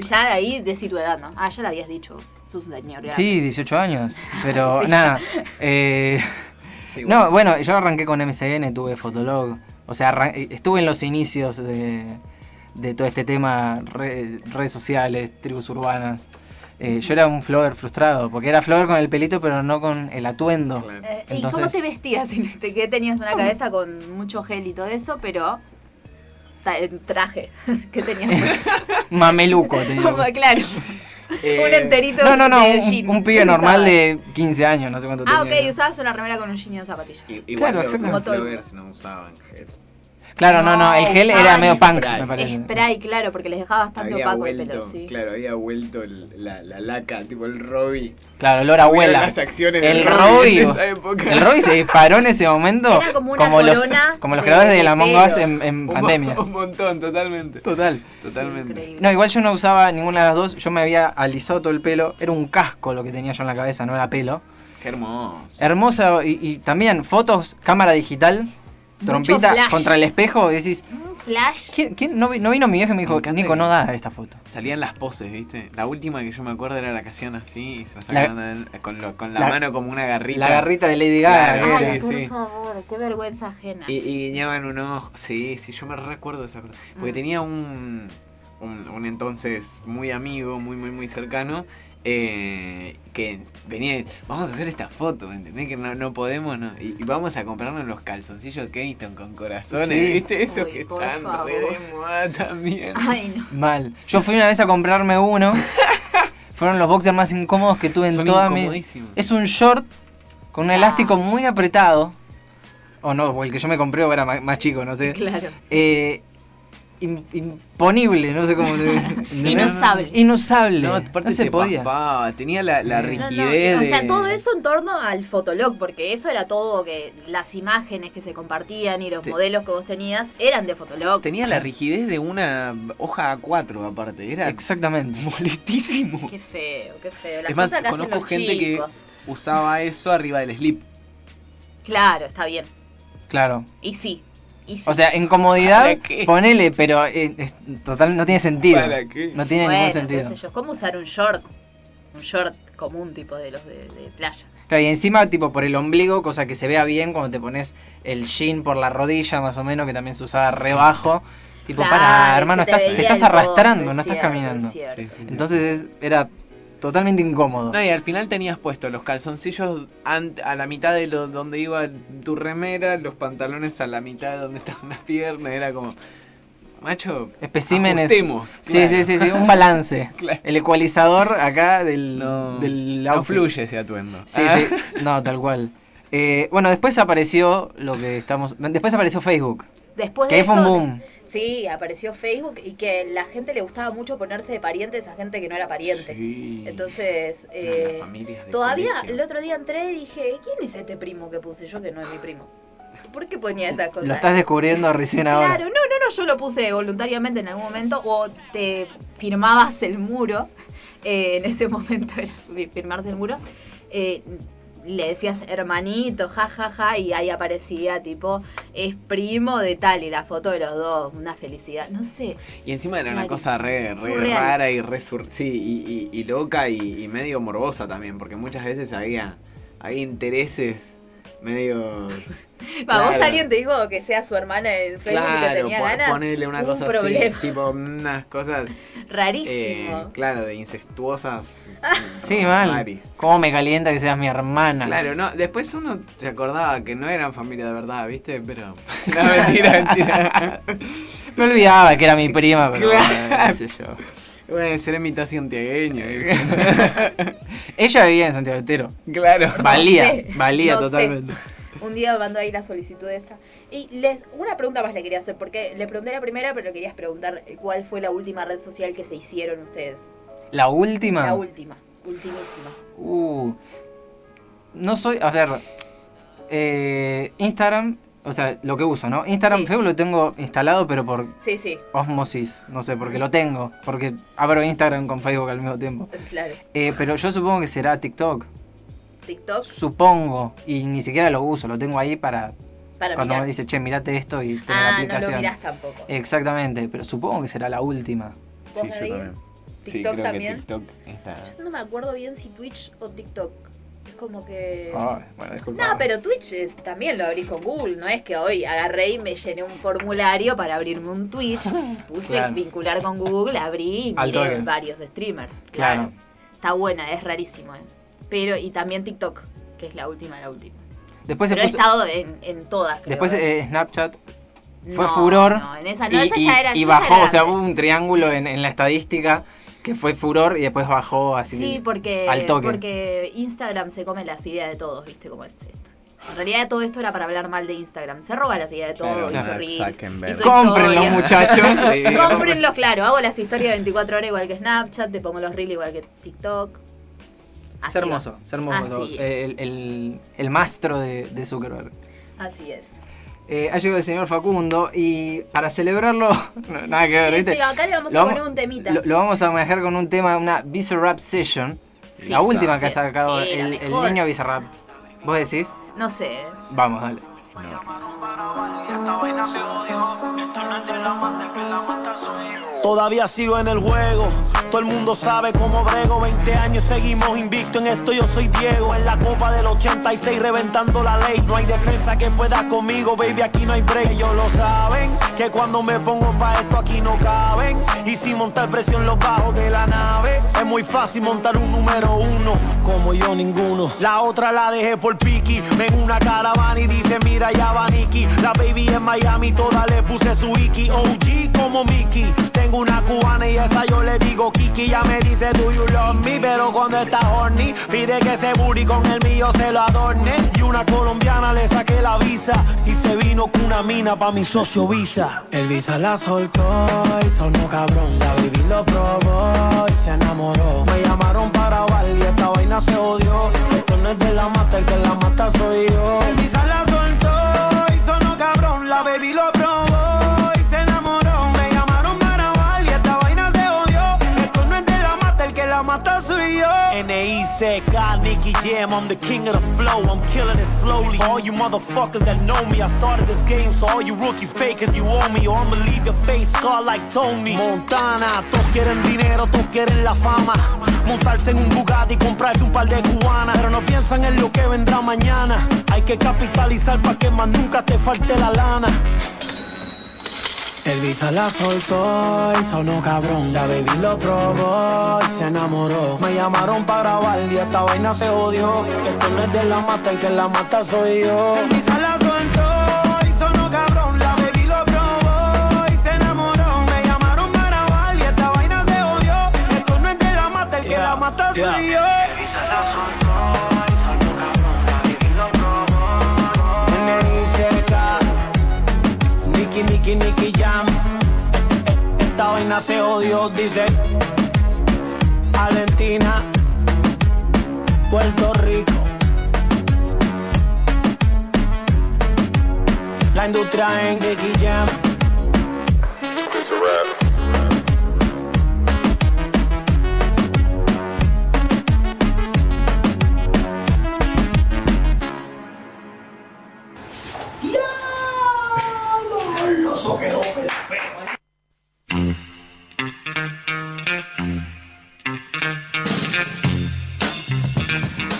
Ya ahí decís tu edad, ¿no? Ah, ya la habías dicho, sus señor. Sí, 18 años, pero Sí. nada. eh, Sí, no, bueno, yo arranqué con MCN, tuve Fotolog, o sea, arran- eh, estuve en los inicios de, de todo este tema, re- redes sociales, tribus urbanas. Eh, yo era un flower frustrado, porque era flower con el pelito, pero no con el atuendo. Claro. Eh, ¿Y Entonces- cómo te vestías? en este? Que tenías una cabeza con mucho gel y todo eso, pero ta- eh, traje que tenías. Mameluco tenía. Como, claro, Eh, un enterito No, no, no, de un, jean. un ¿Qué pibe normal usabas? de 15 años, no sé cuánto Ah, tenía. ok, usabas una remera con un jean y unas zapatillas. I- Igual Claro, los- exacto. los Como todo el flowers no usaban gel. Claro, no, no, el No, gel era usaban medio punk, spray. me parece. Spray, Eh, claro, porque les dejaba bastante Había opaco el vuelto, pelo, sí. claro, había vuelto el- la, la laca, tipo el Robbie. Claro, olor a Eran abuela. Las acciones El del Robbie Robbie. en esa época. El Robbie se disparó en ese momento. Era como una los, corona como los de- creadores de de la Among Us en, pelos. en Un mo- pandemia. Un montón, totalmente. Total. Totalmente. Increíble. No, igual yo no usaba ninguna de las dos. Yo me había alisado todo el pelo. Era un casco lo que tenía yo en la cabeza, no era pelo. Qué hermoso. Hermosa y, y también fotos, cámara digital, Mucho trompita flash. contra el espejo. Y decís, Un flash. ¿quién, quién? No, vi- no vino mi vieja y me dijo, Me encanta Nico, que- no da esta foto. Salían las poses, ¿viste? La última que yo me acuerdo era la que hacían así y se la La- sacaban en- con, lo- con la, la- mano como una garrita. La garrita de Lady Gaga. Claro, ¿viste? Ay, sí, por sí. favor, qué vergüenza ajena. Y, y guiñaban un ojo. Sí, sí, yo me recuerdo de esa cosa. Porque Mm. tenía un, un, un entonces muy amigo, muy, muy, muy cercano, eh, que venía y, vamos a hacer esta foto, ¿me entendés? Que no, no podemos, ¿no? Y, y vamos a comprarnos los calzoncillos Keystone con corazones, Sí. ¿viste? Esos Uy, que por están favor. re de moda también. Ay, no. Mal. Yo fui una vez a comprarme uno. Fueron los boxers más incómodos que tuve en Son toda mi. incomodísimos. Ah. Es un short con un elástico muy apretado. o no, o el que yo me compré era ma- más, chico, no sé. Claro. Eh, im- imponible, no sé cómo se Inusable. Inusable. No, No, aparte se te podía. papaba, tenía la, la Sí. No, no, rigidez O sea, de- todo eso en torno al fotolog, porque eso era todo que las imágenes que se compartían y los Te- modelos que vos tenías eran de fotolog. Tenía la rigidez de una hoja A4 aparte, era Exactamente. molestísimo. Qué feo, qué feo. Las Es más, cosas que hacen conozco los gente que- chicos. Usaba eso arriba del slip. Claro, está bien. Claro. Y sí. Y sí. O sea, en comodidad, ¿Para qué? ponele, pero eh, es- total no tiene sentido. ¿Para qué? No tiene Bueno, ningún qué sentido. sé yo, ¿Cómo usar un short? Un short común tipo de los de, de playa. Claro, y encima, tipo, por el ombligo, cosa que se vea bien cuando te pones el jean por la rodilla, más o menos, que también se usaba rebajo. Tipo, Claro, para, se hermano, te estás, veía te estás el bozo, arrastrando, es no estás cierto, caminando. es cierto. Sí, sí, sí. Entonces es- era totalmente incómodo. No, y al final tenías puesto los calzoncillos ant- a la mitad de lo, donde iba tu remera, los pantalones a la mitad de donde estaban las piernas, era como... Macho, Especímenes. ajustemos, Sí, claro. sí, sí, sí, un balance. Claro. El ecualizador acá del, No, del No outfit. fluye ese atuendo. Sí, Ah, sí, no, tal cual. Eh, bueno, después apareció lo que estamos. Después apareció Facebook, Después de que fue un eso, boom. sí, apareció Facebook y que la gente le gustaba mucho ponerse de parientes a gente que no era pariente. sí. Entonces, No, eh, las familias de todavía colegio. el otro día entré y dije, ¿quién es este primo que puse yo que no es mi primo? ¿Por qué ponía esas cosas? Lo estás descubriendo recién ahora. Claro, no, no, no, yo lo puse voluntariamente en algún momento o te firmabas el muro, eh, en ese momento era fi- firmarse el muro, eh, le decías hermanito, jajaja, y ahí aparecía tipo, es primo de tal y la foto de los dos, una felicidad, no sé, Y encima era una Rarísimo. cosa re, re Surreal. rara y re sur- sí, y, y- y loca y, y medio morbosa también, porque muchas veces había, había intereses medio... Va, vos Claro. alguien te dijo que sea su hermana en Facebook y te claro, tenía po- ganas, ponerle una un cosa problema. así, tipo unas cosas, eh, rarísimo. claro, de incestuosas. Sí, mal. raris. ¿Cómo me calienta que seas mi hermana? Claro, no, después uno se acordaba que no eran familia de verdad, ¿viste? Pero... No, mentira, mentira. Me olvidaba que era mi prima, pero Claro. bueno, qué sé yo. Bueno, será mitad santiagueño. Ella vivía en Santiago del Estero. claro. Valía, sé, valía no sé. totalmente. Un día mandó ahí la solicitud esa. Y les, una pregunta más le quería hacer, porque le pregunté la primera, pero querías preguntar eh, cuál fue la última red social que se hicieron ustedes. La última. La última, ultimísima. Uh, no soy, a ver, eh, Instagram, o sea, lo que uso, ¿no? Instagram, Sí. Facebook lo tengo instalado, pero por Sí, sí, osmosis, no sé, porque lo tengo, porque abro Instagram con Facebook al mismo tiempo. es claro. Eh, pero yo supongo que será TikTok, TikTok supongo, y ni siquiera lo uso, lo tengo ahí para para cuando me mirar. dice, che, mirate esto y tengo la Ah, no lo aplicación. Eh, mirás tampoco. Exactamente, pero supongo que será la última. ¿Vos me veías? TikTok también. TikTok está... Yo no me acuerdo bien si Twitch o TikTok. Es como que... Ay, bueno, disculpa. No, pero Twitch eh, también lo abrí con Google, no es que hoy agarré y me llené un formulario para abrirme un Twitch, puse Claro. vincular con Google, abrí y Al miré toque. varios streamers. Claro. Está buena, es rarísimo, ¿eh? Pero, y también TikTok, que es la última, la última. Después, se Pero he puso- estado en, en todas, creo. después ¿eh? eh, Snapchat fue No, furor No, en esa, no, y, esa y- ya era. y yo ya bajó, era o sea, grande. hubo un triángulo en, en la estadística que fue furor y después bajó así. Sí, porque, al toque. porque Instagram se come las ideas de todos, ¿viste cómo es esto? En realidad todo esto era para hablar mal de Instagram. Se roba las ideas de todos, Claro, hizo Mark reels, Zuckerberg. hizo Cómprenlo, historias. muchachos. Sí. Cómprenlo, claro. Hago las historias 24 horas igual que Snapchat, te pongo los reels igual que TikTok. Es Así hermoso, es hermoso. Así es. El, el- el mastro de, de Zuckerberg. va. Así es. Eh, ha llegado el señor Facundo y para celebrarlo, no, nada que ver, Sí, ¿viste? sí, acá le vamos Lo a vamos- poner un temita. Lo, lo vamos a manejar con un tema, una Bizarrap Session. Sí, la sí, última sí, que ha sí, sacado sí, la el, el mejor. niño Bizarrap. ¿Vos decís? No sé. Vamos, dale. Esta vaina se odió. Esto no es de la mata, el que la mata soy yo. Todavía sigo en el juego. Todo el mundo sabe cómo brego. 20 años seguimos invicto en esto. Yo soy Diego. En la copa del 86 reventando la ley. No hay defensa que pueda conmigo, baby. Aquí no hay break. Ellos lo saben. Que cuando me pongo pa' esto aquí no caben. Y sin montar presión los bajos de la nave. Es muy fácil montar un número uno. Como yo ninguno. La otra la dejé por piqui. Ven una caravana y dice, mira ya va Nicki. La baby en Miami, toda le puse su Iki. OG como Mickey. Tengo tengo una cubana y esa yo le digo Kiki. Ya me dice, do you love me? Pero cuando está horny, pide que se booty con el mío se lo adorne. Y una colombiana le saqué la visa y se vino con una mina pa' mi socio Visa. El Visa la soltó y sonó cabrón. La baby lo probó y se enamoró. Me llamaron para bailar y esta vaina se odió. Esto no es de la mata, el que la mata soy yo. El Visa la soltó y sonó cabrón. La baby lo probó y se enamoró. Me llamaron para bailar y esta vaina se odió. Esto no es de la mata, el que la mata soy yo. N.I.C.K. Nicky Jam, I'm the king of the flow. I'm killing it slowly. For all you motherfuckers that know me, I started this game. So all you rookies, fakers, you owe me. Or I'ma leave your face scarred like Tony. Montana, todos quieren dinero, todos quieren la fama. Montarse en un Bugatti y comprarse un par de cubanas. Pero no piensan en lo que vendrá mañana. Hay que capitalizar para que más nunca te falte la lana. El visa la soltó y sonó cabrón. La baby lo probó y se enamoró. Me llamaron para grabar y esta vaina se jodió. Que esto no es de la mata, el que la mata soy yo. El visa la soltó y sonó cabrón. La baby lo probó y se enamoró. Me llamaron para grabar y esta vaina se jodió. Que esto no es de la mata, el que la mata soy yo. El visa la soltó y sonó cabrón. La baby lo probó. NICK. Nicky, Nicky, Nicky Jam. Eh, eh, Esta vaina se odió, dice. Argentina, Puerto Rico. La industria en Nicky Jam.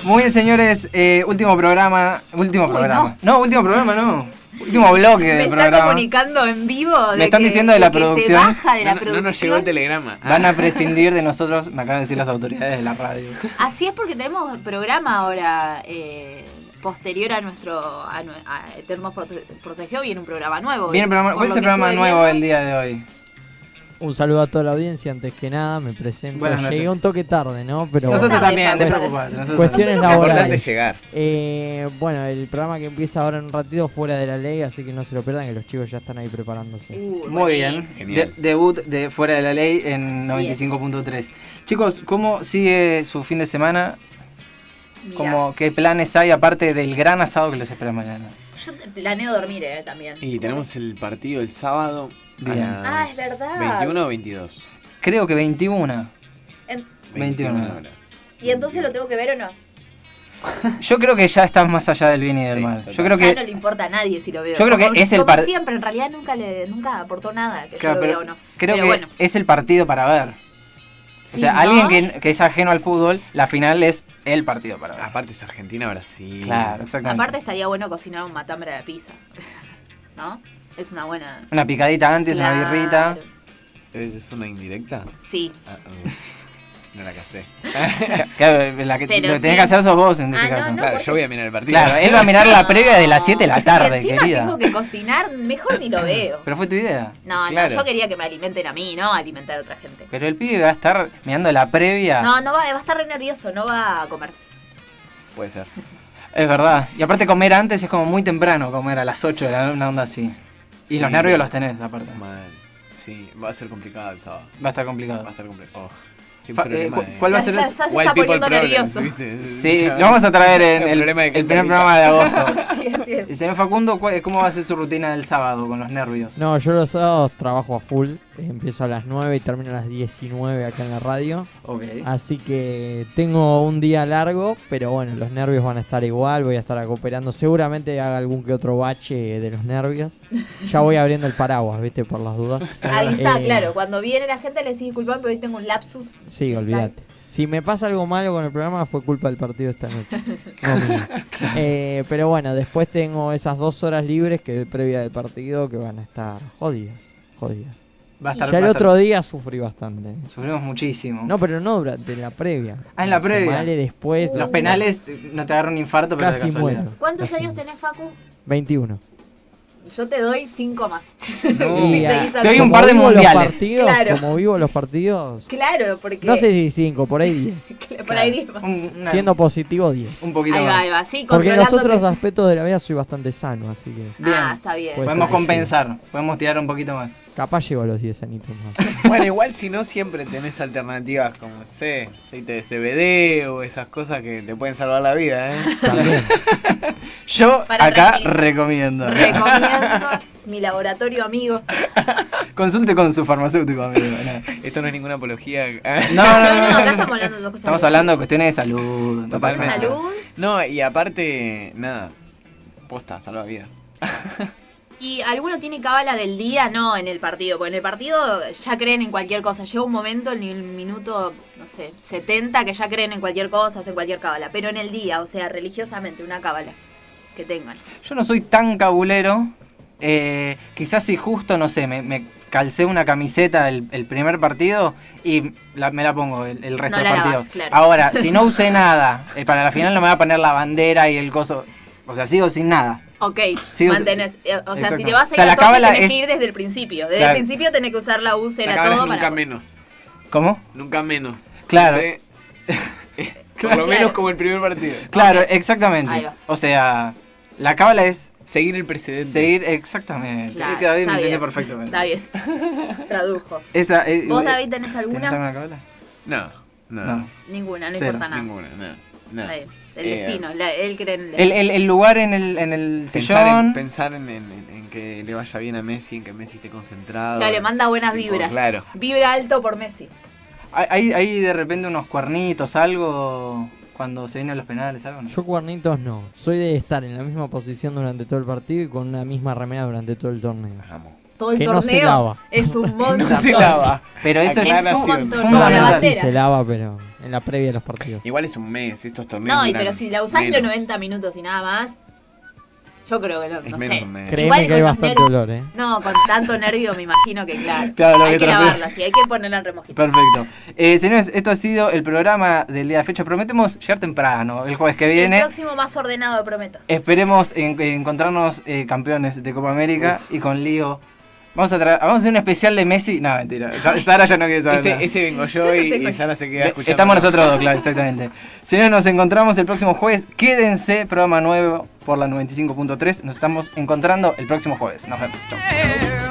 Muy bien, señores, eh, último programa. Último programa. No. último programa, no. Último bloque Me del están programa. comunicando en vivo. de Me están que- diciendo de la que producción. Se baja de la No, no producción. nos llegó el telegrama. Ah, Van a prescindir de nosotros, me acaban de decir las autoridades de la radio. Así es porque tenemos programa ahora eh, posterior a nuestro a, nue- a Eterno Prote- Protegido. Viene un programa nuevo. Bien, el programa, por ¿cuál lo es el que programa estuve nuevo viendo. del día de hoy? Un saludo a toda la audiencia, antes que nada, me presento. Buenas noches. Llegué un toque tarde, ¿no? Pero Nosotros Tarde, también, te Pablo. preocupes. Nosotros cuestiones Lo importante laborales. es llegar. Eh, bueno, el programa que empieza ahora en un ratito fuera de la ley, así que no se lo pierdan, que los chicos ya están ahí preparándose. Uy, Muy bien. Genial. De- debut de Fuera de la Ley en Así es. 95.3. Chicos, ¿cómo sigue su fin de semana? Mirá, ¿Cómo, ¿Qué planes hay aparte del gran asado que les espera mañana? Yo te- planeo dormir eh, también. Y tenemos el partido el sábado. a Bien. las Ah, es verdad. 21 o 22. Creo que 21. En- 21. horas. ¿Y entonces lo tengo que ver o no? Yo creo que ya estás más allá del bien y del Sí, mal. total. Yo creo Ya que. no le importa a nadie si lo veo. Yo creo que Como- es el como par- siempre, en realidad nunca le nunca aportó nada que claro, yo lo pero vea o no. creo Pero que bueno, es el partido para ver. si o sea, no, alguien que, que es ajeno al fútbol, la final es el partido para ver. Ah, Aparte es Argentina-Brasil. Claro, exactamente. Aparte estaría bueno cocinar un matambre a la pizza. ¿No? Es una buena... una picadita antes, una Claro. birrita. ¿Es es una indirecta? Sí. Ah, uh, no la casé. Claro, la que, Pero lo que tenés sí. que hacer sos vos en Ah, este no, caso. no. Claro, porque- yo voy a mirar el partido. Claro, él va a mirar la previa de las 7 de la tarde, Y encima querida. tengo que cocinar, mejor ni lo veo. Pero fue tu idea. No, Claro. no, yo quería que me alimenten a mí, no alimentar a otra gente. Pero el pibe va a estar mirando la previa. No, no va, va a estar re nervioso, no va a comer. Puede ser. Es verdad. Y aparte comer antes es como muy temprano, comer a las 8 de la una onda así. Y Sí. los nervios los tenés, aparte. Mal. Sí, va a ser complicado el sábado. Va a estar Va a complicado. estar complicado. Qué Fa- problema. eh, eh. ¿Cuál va Ya, a ser ya- el- ya se White está people poniendo problems, nervioso. ¿viste? Sí, Ya. lo vamos a traer en El el, problema de el primer Costa programa de agosto. Sí, así es. Y señor Facundo, ¿cuál- ¿cómo va a ser su rutina del sábado con los nervios? No, yo los sábados trabajo a full, eh, empiezo a las 9 y termino a las 19 acá en la radio. Ok. Así que tengo un día largo, pero bueno, los nervios van a estar igual, voy a estar cooperando. Seguramente haga algún que otro bache de los nervios. Ya voy abriendo el paraguas, viste, por las dudas. Avisa, Eh, claro, cuando viene la gente le decís disculpame, pero hoy tengo un lapsus. Sí, olvídate. Si me pasa algo malo con el programa fue culpa del partido esta noche. no mía. Eh, pero bueno, después tengo esas dos horas libres que previa del partido que van a estar jodidas, jodidas. Va a estar, ya el va a estar- otro día sufrí bastante. Sufrimos muchísimo. No, pero no durante la previa. Ah, en la Se previa. Vale, después. Los penales eh, no te agarra un infarto, pero de Casi casualidad. muero. ¿Cuántos Casi años muero. tenés, Facu? 21. Yo te doy cinco más. No. Si Y, seguís ah, así. te doy un Como par de vivo los mundiales. partidos, Claro. Como vivo los partidos. Claro, porque. No sé si 5, por ahí 10. Por ahí diez más. Un, una- Siendo positivo 10. un poquito Ahí va, más. ah, ahí va. Sí, Porque en los otros controlándote. aspectos de la vida soy bastante sano, así que Bien. Ah, está bien. Pues- podemos sí. compensar, podemos tirar un poquito más. capaz llego a los 10 anitos más. Bueno, igual si no, siempre tenés alternativas como, no sé, aceite de CBD o esas cosas que te pueden salvar la vida, ¿eh? También. Yo Para acá tranquilizar. recomiendo. Recomiendo mi laboratorio amigo. Consulte con su farmacéutico, amigo. No, Esto no es ninguna apología. no, No, no. no, no, acá no. estamos hablando de dos cosas. Estamos hablando de cuestiones de salud. no pasa de Totalmente. nada. salud No, y aparte, nada, posta, salva vidas. y alguno tiene cábala del día, no en el partido, porque en el partido ya creen en cualquier cosa. Llega un momento, en el minuto, no sé, 70, que ya creen en cualquier cosa, hacen cualquier cábala. Pero en el día, o sea, religiosamente, una cábala que tengan. Yo no soy tan cabulero. eh, quizás si justo, no sé, me, me calcé una camiseta el, el primer partido y la- me la pongo el, el resto No del la partido. lavas, claro. Ahora, si no usé nada, eh, para la final no me va a poner la bandera y el coso. O sea, sigo sin nada. Ok, Sí, o- mantenés. eh, O, sea, si exacto. te vas a O ir sea, la a tope, cábala tenés que es- ir desde el principio. Desde Claro. el principio tenés que usar la úser La a cábala es todo nunca para. menos. ¿Cómo? Nunca menos. Claro. Siempre- Por Claro. lo menos como el primer partido. Claro, Ok. Ahí exactamente. va. O sea, la cábala es Seguir el precedente. seguir exactamente. Claro, Que David me está entendió bien. perfectamente. Está bien. Tradujo. Esa, eh, ¿Vos, eh, David, tenés ¿tenés alguna? alguna cábala? No, no, No. Ninguna, no Cero, importa nada. ninguna, no, no. Está bien. El Eh, destino, la- él cree en el El, destino. el- el lugar en el, en el Pensar, en, sillón. pensar en, en- en- en que le vaya bien a Messi, en que Messi esté concentrado. Claro, le manda buenas Tipo, vibras. Claro. Vibra alto por Messi. ¿Hay, hay- hay de repente unos cuernitos, algo, cuando se vienen los penales, algo? no? Yo cuernitos no. Soy de estar en la misma posición durante todo el partido y con una misma remera durante todo el torneo. Amo. Todo el Que no torneo se lava. es un montón. No se lava. Pero eso Es es... Aclara- un Aclaración. montón. No, como no, la no, sí bandera. se lava, pero en la previa de los partidos. Igual es un mes, estos torneos. No, y duran pero si la usás los menos. 90 minutos y nada más, yo creo que no, Es no menos sé. un mes. Créeme Igual que hay con los bastante nervios- olor, ¿eh? No, con tanto nervio me imagino que claro. Claro, lo hay que te que refiero. lavarla, sí, hay que ponerla en remojito. Perfecto. Eh, señores, esto ha sido el programa del día de fecha. Prometemos llegar temprano, el jueves que El viene. próximo más ordenado, prometo. Esperemos en- encontrarnos eh, campeones de Copa América y con Lío. Vamos a, tra- vamos a hacer un especial de Messi. No, mentira. Ya- Sara ya no quiere saber. nada. Eh, Ese, ese vengo yo, Yo no y, tengo- y Sara se queda escuchando. Estamos nosotros dos, claro, exactamente. Señores, nos encontramos el próximo jueves. Quédense, programa nuevo por la 95.3. Nos estamos encontrando el próximo jueves. Nos vemos. Chau. Yeah.